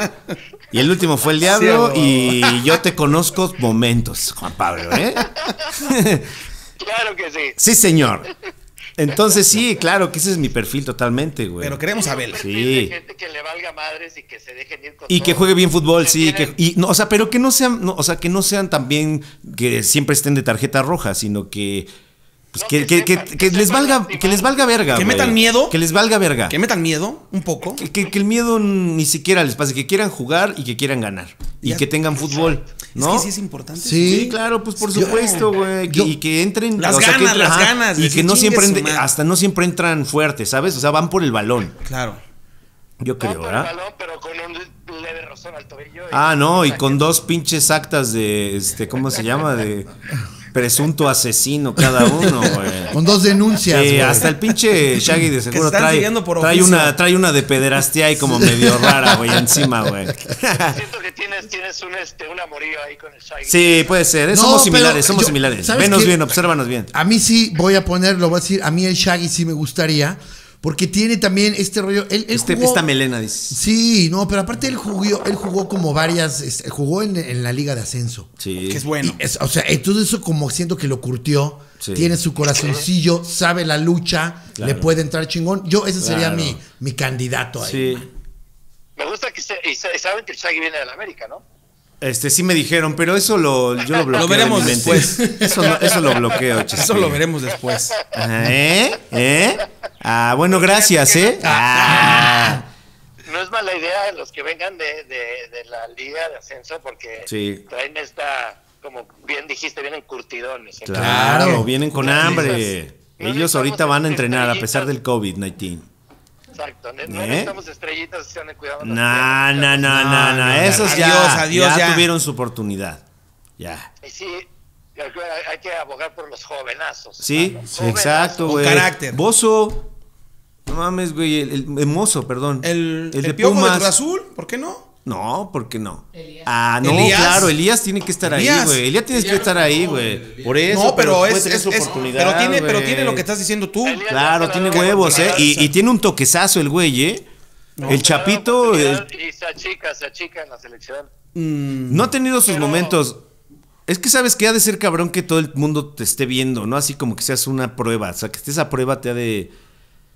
D: Y el último fue el diablo
A: Sí,
D: y yo te conozco momentos, Juan Pablo, ¿eh?
G: Claro que sí.
D: Sí, señor. Entonces sí, claro que ese es mi perfil totalmente, güey.
A: Pero queremos a Vela.
G: Un perfil
D: Sí.
G: de gente que le valga madres y que se dejen ir con
D: Y que
G: todo.
D: juegue bien fútbol, sí, que
G: tienen-
D: y no, o sea, pero que no sean, no, o sea, que no sean también que siempre estén de tarjeta roja, sino que pues
G: No,
D: que,
G: que
D: que-
G: sepan,
D: que-
G: que
D: que les
G: sepan
D: valga
G: lastimar.
D: que les valga verga,
A: Que
D: güey.
A: metan miedo.
D: que les valga verga.
A: Que metan miedo un poco.
D: Que, que- que el miedo ni siquiera les pase, que quieran jugar y que quieran ganar y
A: Ya.
D: que tengan fútbol, ¿no?
A: Es que sí es importante.
B: Sí.
D: Sí, claro, pues por
B: Yo-
D: supuesto, güey. que-
B: yo-
D: Y que entren.
A: Las
D: que
A: ganas, las
D: ajá,
A: ganas,
D: Y
A: decir,
D: que no
A: "Chingue
D: siempre,
A: su
D: entren-
A: madre".
D: hasta no siempre entran fuertes, ¿sabes? O sea, van por el balón,
A: Claro.
D: yo
G: No,
D: creo,
G: por el
D: ¿verdad?
G: balón, pero con un leve rozón al tobillo. y-
D: Ah, no, y con dos pinches actas de, este, ¿cómo se llama? De presunto asesino cada uno, güey.
B: Con dos denuncias,
D: Sí,
B: güey.
D: hasta el pinche Shaggy de
A: se
D: seguro
A: están
D: trae,
A: siguiendo por
D: trae,
A: oficio.
D: una, trae una de pederastia y como medio rara, güey, encima, güey.
G: Siento que tienes, tienes un, este, un amorío ahí con el Shaggy.
D: Sí, puede ser, eh,
B: No,
D: somos
B: pero
D: similares, somos
B: yo-
D: similares.
B: ¿sabes
D: Venos
B: qué?
D: bien, obsérvanos bien.
B: A mí sí voy a poner, lo voy a decir, a mí el Shaggy sí me gustaría, porque tiene también este rollo. Él, él
D: Este,
B: jugó-
D: esta melena, dices.
B: Sí, no, pero aparte él jugó, él jugó como varias, este, jugó en, en la liga de ascenso.
D: Sí.
A: Que es bueno.
B: Y es- o sea, entonces eso como siento que lo curtió,
D: Sí.
B: tiene su corazoncillo, sabe la lucha,
D: Claro.
B: le puede entrar chingón. Yo ese sería
D: Claro.
B: mi, mi candidato ahí.
D: Sí.
G: Me gusta que se, y se- saben que el Shaggy viene de la América, ¿no?
D: Este, sí me dijeron, pero eso lo, yo lo bloqueo. de
A: veremos
D: mi mente.
A: después.
D: Eso, no- eso lo bloqueo, chiste.
A: Eso lo veremos después.
D: Ah, ¿Eh? ¿Eh? Ah, bueno, gracias, ¿eh? Ah,
G: No es mala idea los que vengan de, de, de la liga de ascenso porque
D: Sí.
G: traen esta, como bien dijiste, vienen curtidones. ¿eh?
D: claro, pues,
B: Claro.
D: vienen con hambre. Ellos ahorita van a entrenar a pesar del COVID-19.
G: Exacto. No
D: ¿Eh?
G: necesitamos estrellitas que se anden cuidando.
D: No,
G: las piernas.
D: no, no, no, no. Esos ya,
A: Adiós, adiós,
D: ya
A: ya.
D: tuvieron su oportunidad. Ya.
G: Y sí, hay que- hay que abogar por los jovenazos.
D: Sí,
G: ¿no?
D: sí, exacto,
A: Con
D: güey.
A: carácter.
D: Bozo. No mames, güey. El, el- el mozo, perdón.
A: El, el,
D: de
A: piojo de
D: Pumas.
A: Cruz Azul, ¿por qué no?
D: No, ¿por qué no?
E: Elías.
D: Ah, no,
A: Elías.
D: claro, Elías tiene que estar ahí,
A: Elías.
D: güey. Elías tienes que
C: Elías
D: estar
C: no,
D: ahí,
C: el
D: güey.
C: Elías.
D: Por eso.
A: no, pero,
D: puede
A: es,
D: tener
A: es,
D: su
A: es-
D: oportunidad,
A: Pero tiene, pero
D: güey.
A: tiene lo que estás diciendo tú.
G: Elías
D: Claro,
G: ya se
D: tiene
G: la dio
D: huevos, ¿eh?
G: oportunidad,
D: Y, y tiene un toquezazo el güey, ¿eh? El
G: se la dio
D: Chapito eh,
G: oportunidad pues, Y se achica, se achica en la selección.
D: no ha tenido sus
G: Pero-
D: momentos. Es que sabes que ha de ser cabrón que todo el mundo te esté viendo, ¿no? Así como que seas una prueba. O sea, que estés a prueba te ha de,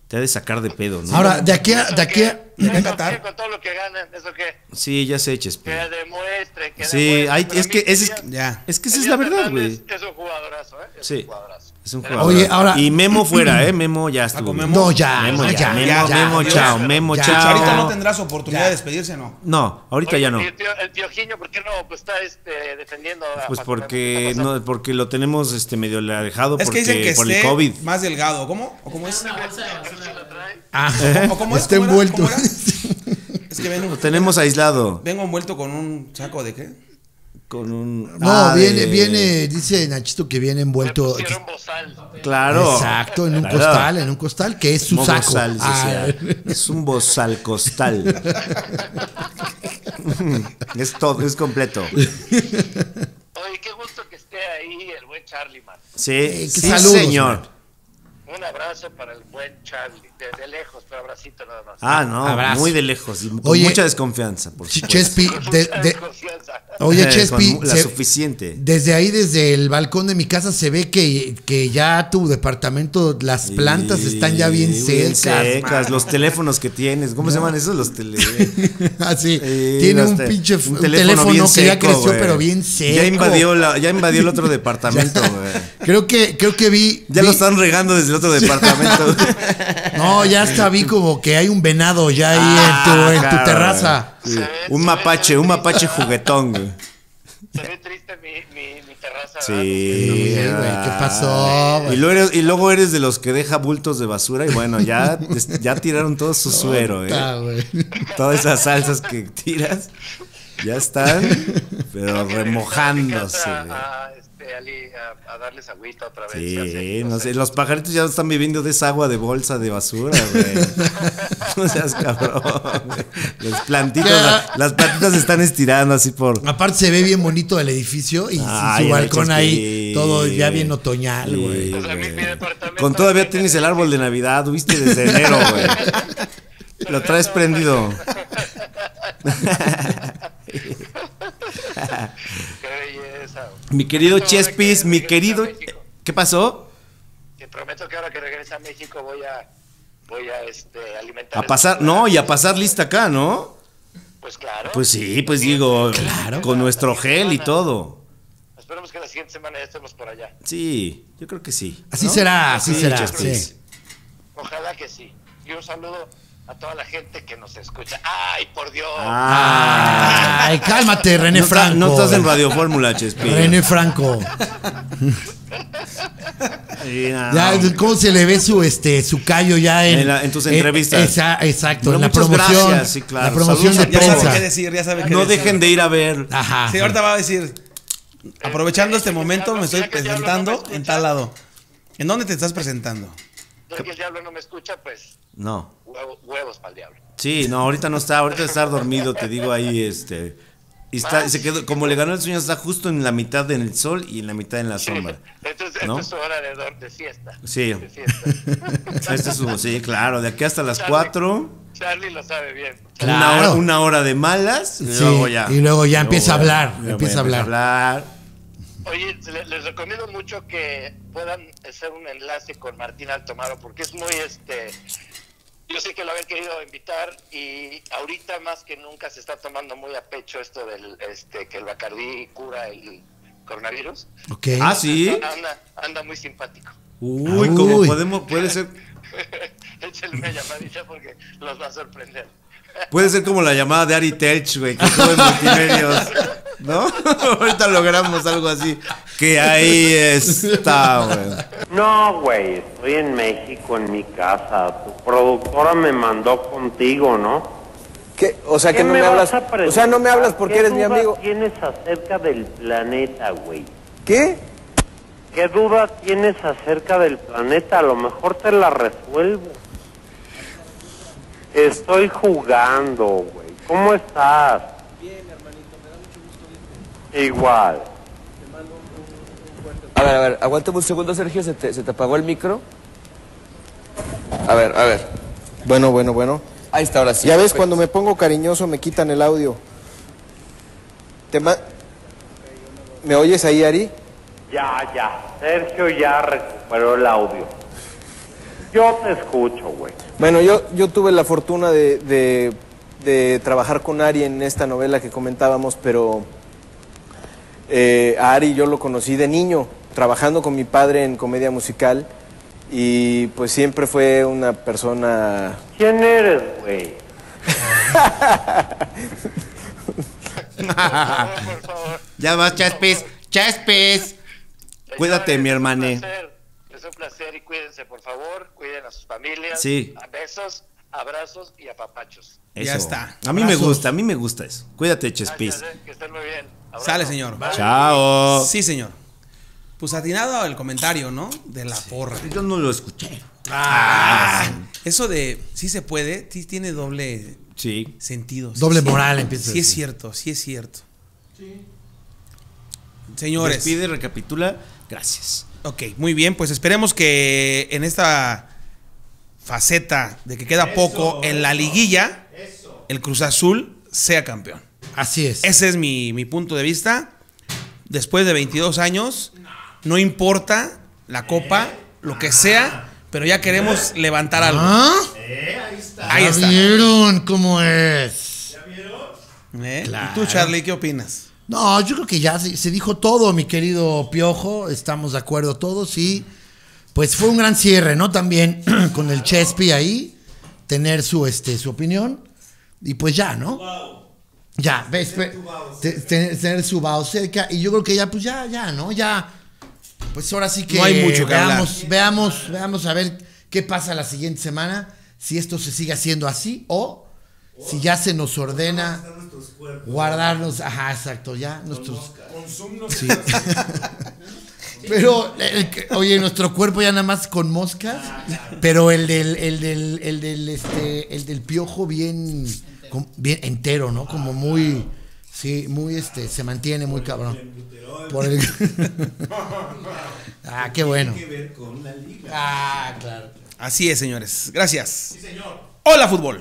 D: te ha de sacar de pedo, ¿no?
B: Ahora, de aquí a, de aquí a-
G: Eso
A: en
G: que-
A: Qatar.
G: Con todo lo que ganan, eso que,
D: Sí, ya se eches,
G: que demuestre, que
D: Sí,
G: demuestre.
D: hay-
G: Para
D: es
G: mí
D: que ese es,
G: Elías-
A: Ya.
D: es que esa es
G: Elías
D: la verdad,
G: Hernández
D: güey.
G: Es un jugadorazo, ¿eh? Es
D: Sí.
G: un jugadorazo.
D: Es un
G: Pero-
D: jugador.
B: Oye, ahora- Ah,
D: Y Memo fuera, ¿eh? Memo ya estuvo.
A: Memo.
B: No, ya,
D: Memo
B: no,
D: ya,
B: ya,
D: Memo,
B: ya,
D: Memo,
A: ya.
D: chao, Memo,
B: Ya.
D: chao.
A: Charito, no tendrás oportunidad
B: Ya.
A: de despedirse, ¿no?
D: No, ahorita
G: Oye,
D: ya no.
G: y El, tío, el Piojiño, ¿por qué no pues, está este, defendiendo a
D: Pues
G: Paco
D: porque
G: Memo?
D: no, porque lo tenemos este medio alejado
A: Es que
D: porque
A: dicen que
D: por
A: esté
D: el COVID.
A: más delgado. ¿Cómo? ¿O cómo es?
E: Una bolsa de
G: ¿Qué se lo
E: basura.
G: trae?
B: Ah,
A: ¿O cómo es?
B: está
A: ¿Cómo era?
B: envuelto.
A: ¿Cómo era? Es que vengo,
D: Lo tenemos aislado
A: vengo envuelto con un saco de qué?
D: con un
B: No,
D: Ah,
B: viene,
D: de-
B: viene, dice Nachito que viene
G: Le
B: envuelto.
G: pusieron bozal.
D: Claro.
B: Exacto, en un
D: Claro.
B: costal, en un costal que es su
D: Como
B: saco.
D: bozal, sí,
B: Ah,
D: sí, es un bozal costal. es todo, es completo.
G: Oye, qué gusto que esté ahí el buen Charlie, man.
D: Sí,
B: qué
D: sí,
B: Eh, saludos,
D: señor.
B: man.
G: Un abrazo para el buen Charlie. Desde lejos, pero abracito nada más.
D: Ah, no,
B: Abrazo.
D: muy de lejos, y con
B: Oye,
D: mucha desconfianza, por
B: Ch-
D: supuesto.
B: Chespi,
G: Con
B: de-
G: mucha
B: de-
G: desconfianza.
B: oye
D: Eh,
B: Chespi,
D: con la
B: se-
D: suficiente.
B: desde ahí, desde el balcón de mi casa, se ve que, que ya tu departamento, las plantas están ya bien
D: Sí,
B: secas.
D: secas, los teléfonos que tienes, ¿cómo se llaman esos? Los tele
B: Así,
D: Sí,
B: tiene
D: los
B: un
D: te-
B: pinche f- un
D: teléfono
B: teléfono,
D: bien
B: que ya
D: seco,
B: creció,
D: güey.
B: pero bien seco.
D: Ya invadió, la, ya invadió el otro departamento, güey.
B: Creo que, creo que vi.
D: Ya
B: vi-
D: lo están regando desde el otro departamento. güey.
B: No, ya hasta vi como que hay un venado ya ahí
D: Ah,
B: en tu, en tu
D: claro,
B: terraza.
D: güey. Sí, Un mapache, un mapache juguetón, güey.
G: Se ve triste mi, mi, mi terraza.
D: Sí, Ah.
B: güey, ¿qué pasó, güey?
D: Y luego, eres, y luego eres de los que deja bultos de basura y bueno, ya, ya tiraron todo su suero, ¿eh?
B: Puta, Ah, güey.
D: Todas esas salsas que tiras ya están, pero
G: Creo que regresaron de
D: remojándose.
G: casa A, este, Ali, a, a darles agüita otra vez. ya
D: Sí,
G: sé,
D: no
G: sé.
D: sé, los pajaritos ya están viviendo de esa agua de bolsa de basura, güey. No seas cabrón. güey. Las plantitas,
B: Ya.
D: las plantitas se están estirando así por
B: Aparte se ve bien bonito el edificio y
D: Ah,
B: su
D: ya le
B: balcón
D: echas
B: ahí,
D: que-
B: todo ya bien otoñal,
D: Sí,
B: güey.
G: O sea, mi- mi
D: güey.
G: departamento
D: Con todavía
G: tiene-
D: tienes el árbol de Navidad, viste desde enero, güey. Lo traes prendido.
G: Qué belleza.
D: Mi querido
G: Ahora que
D: Chespis, mi
G: regrese a
D: querido.
G: México,
D: ¿Qué pasó?
G: Te prometo que ahora que regrese a México voy a, voy a este, alimentar.
D: A pasar, no, y a pasar lista acá, ¿no?
G: Pues claro.
D: Pues sí, pues digo, con nuestro gel y todo.
G: Esperemos que la siguiente semana ya estemos por allá.
D: Sí, yo creo que sí.
B: Así será, así
D: Sí,
B: será.
D: Chespis.
B: sí.
G: Ojalá que sí. Y un saludo a toda la gente que nos escucha. ¡Ay, por Dios!
D: Ah.
B: Ay, cálmate, René
D: No ta-
B: Franco.
D: No estás en Radio Fórmula, Chespis.
B: René Franco.
D: Sí, no.
B: Ya, ¿Cómo se le ve su este su callo ya en,
D: Ah,
B: eh,
D: En la- en tus entrevistas.
B: esa- exacto,
D: No,
B: en la
D: muchas
B: promoción.
D: gracias, sí, claro.
B: La promoción
D: Saludos
B: de
A: Ya sabe
B: prensa.
A: qué decir, ya sabe qué
D: No
A: decir.
D: dejen de ir a ver.
B: Ajá.
A: Sí, ahorita va a decir, aprovechando este momento, me estoy
G: Ya que el diablo no
A: presentando
G: me
A: en
G: escucha.
A: tal lado. ¿En dónde te estás presentando?
G: Ya que el diablo no me escucha, pues
D: No.
G: huevo- huevos para el diablo.
D: Sí, no, ahorita no está, ahorita está dormido, te digo ahí, este. Y está, se quedó, como le ganó el sueño, está justo en la mitad en el sol y en la mitad en la
G: Sí.
D: sombra.
G: Entonces,
D: ¿No?
G: esta es su hora de, dor- de siesta.
D: Sí.
G: De siesta.
D: Este es su, sí, claro, de aquí hasta las 4.
G: Charlie lo sabe bien.
B: Claro.
D: Una, hora, una hora de malas. Y
B: Sí,
D: luego ya.
B: y luego ya empieza a hablar,
D: luego
B: empieza
D: ya
B: a
D: hablar.
G: Oye, le- les recomiendo mucho que puedan hacer un enlace con Martín Altomaro, porque es muy este. Yo sé que lo habían querido invitar y ahorita más que nunca se está tomando muy a pecho esto del este que el Bacardí cura el coronavirus.
B: Ok.
D: Ah, sí.
G: Anda, anda muy simpático.
D: Uy,
B: Ah, Uy.
D: como podemos, puede ser,
G: Échale una llamadita porque los va a sorprender.
D: puede ser como la llamada de Ari Telch, güey, que estuvo en multimedios. ¿No? Ahorita logramos algo así. Que ahí está, güey.
H: No, güey, estoy en México, en mi casa. Tu productora me mandó contigo, ¿no?
I: ¿Qué? O sea,
H: ¿Qué
I: que no me
H: vas
I: hablas.
H: a
I: O sea, no me
H: preguntar?
I: hablas porque
H: ¿Qué
I: eres mi
H: dudas
I: amigo.
H: tienes acerca del planeta, güey?
I: ¿Qué?
H: ¿Qué dudas tienes acerca del planeta? A lo mejor te la resuelvo. Estoy jugando, güey. ¿Cómo estás? Bien, hermanito, me da mucho gusto verte. Igual.
I: A ver, a ver, aguántame un segundo, Sergio. ¿Se te, se te apagó el micro? A ver, a ver.
J: Bueno, bueno, bueno.
I: Ahí está, ahora sí.
J: ya ves, cuando me pongo cariñoso me quitan el audio. Te ma- ¿Me oyes ahí, Ari?
H: Ya, ya. Sergio ya recuperó el audio. Yo te escucho, güey.
J: Bueno, yo, yo tuve la fortuna de, de- de trabajar con Ari en esta novela que comentábamos, pero eh, a Ari yo lo conocí de niño, trabajando con mi padre en comedia musical, y pues siempre fue una persona
H: ¿Quién eres, güey?
G: Por favor.
D: Ya vas, Chaspis.
F: Chaspis.
D: Cuídate,
G: Señores,
D: mi
G: es un
D: hermane.
G: placer, Es un placer y cuídense, por favor. Cuiden a sus familias.
D: Sí.
G: A Besos, abrazos y apapachos.
A: Ya
D: Eso.
A: está.
D: A mí
B: Abrazos.
D: me gusta, a mí me gusta eso. Cuídate, Chespis.
G: Gracias, eh, que estén muy bien. Abrazo.
A: Sale, señor.
D: Chao.
A: Sí, señor. Pues atinado el comentario, ¿no? De la porra.
D: Yo no lo escuché. Ah,
A: Eso de sí se puede, sí tiene doble
D: Sí.
A: sentido. sí
B: Doble
A: es cierto.
B: moral empieza a
A: Sí es
B: decir.
A: cierto, sí es cierto.
C: Sí.
A: Señores.
D: Despide, recapitula. Gracias.
A: Ok, muy bien, pues esperemos que en esta faceta de que queda poco en la liguilla, el Cruz Azul sea campeón.
B: Así es.
A: Ese es mi, mi punto de vista. Después de 22 años, no importa la copa, lo que sea, pero ya queremos levantar algo.
B: ¿Ah?
A: Ahí
B: ¿Ya
A: está.
B: vieron cómo es?
A: ¿Eh?
B: Claro.
A: ¿Y tú, Charlie, qué opinas?
B: No, yo creo que ya se, se dijo todo, mi querido Piojo. Estamos de acuerdo todos y pues fue un gran cierre, ¿no? También con el Chespi ahí, tener su, este, su opinión y pues ya, ¿no? Ya, ves, pe- te- tener, tener su vaho cerca y yo creo que ya, pues ya, ya, ¿no? Ya Pues ahora sí que
A: No hay mucho que
B: veamos,
A: hablar.
B: veamos, veamos a ver qué pasa la siguiente semana, si esto se sigue haciendo así o si ya se nos ordena guardarnos, ajá, exacto, ya nuestros
C: Con Zoom no
B: Sí.
C: se hace.
B: Pero, el que- oye, nuestro cuerpo ya nada más con moscas,
K: Ah,
B: pero el del, el del, el del, este, el del piojo bien, com- bien entero, ¿no?
K: Ah,
B: Como muy, sí, muy, este, se mantiene muy cabrón. Por el... ah, qué bueno.
K: ver con la liga.
B: Ah, claro.
A: Así es, señores. Gracias. Hola, fútbol.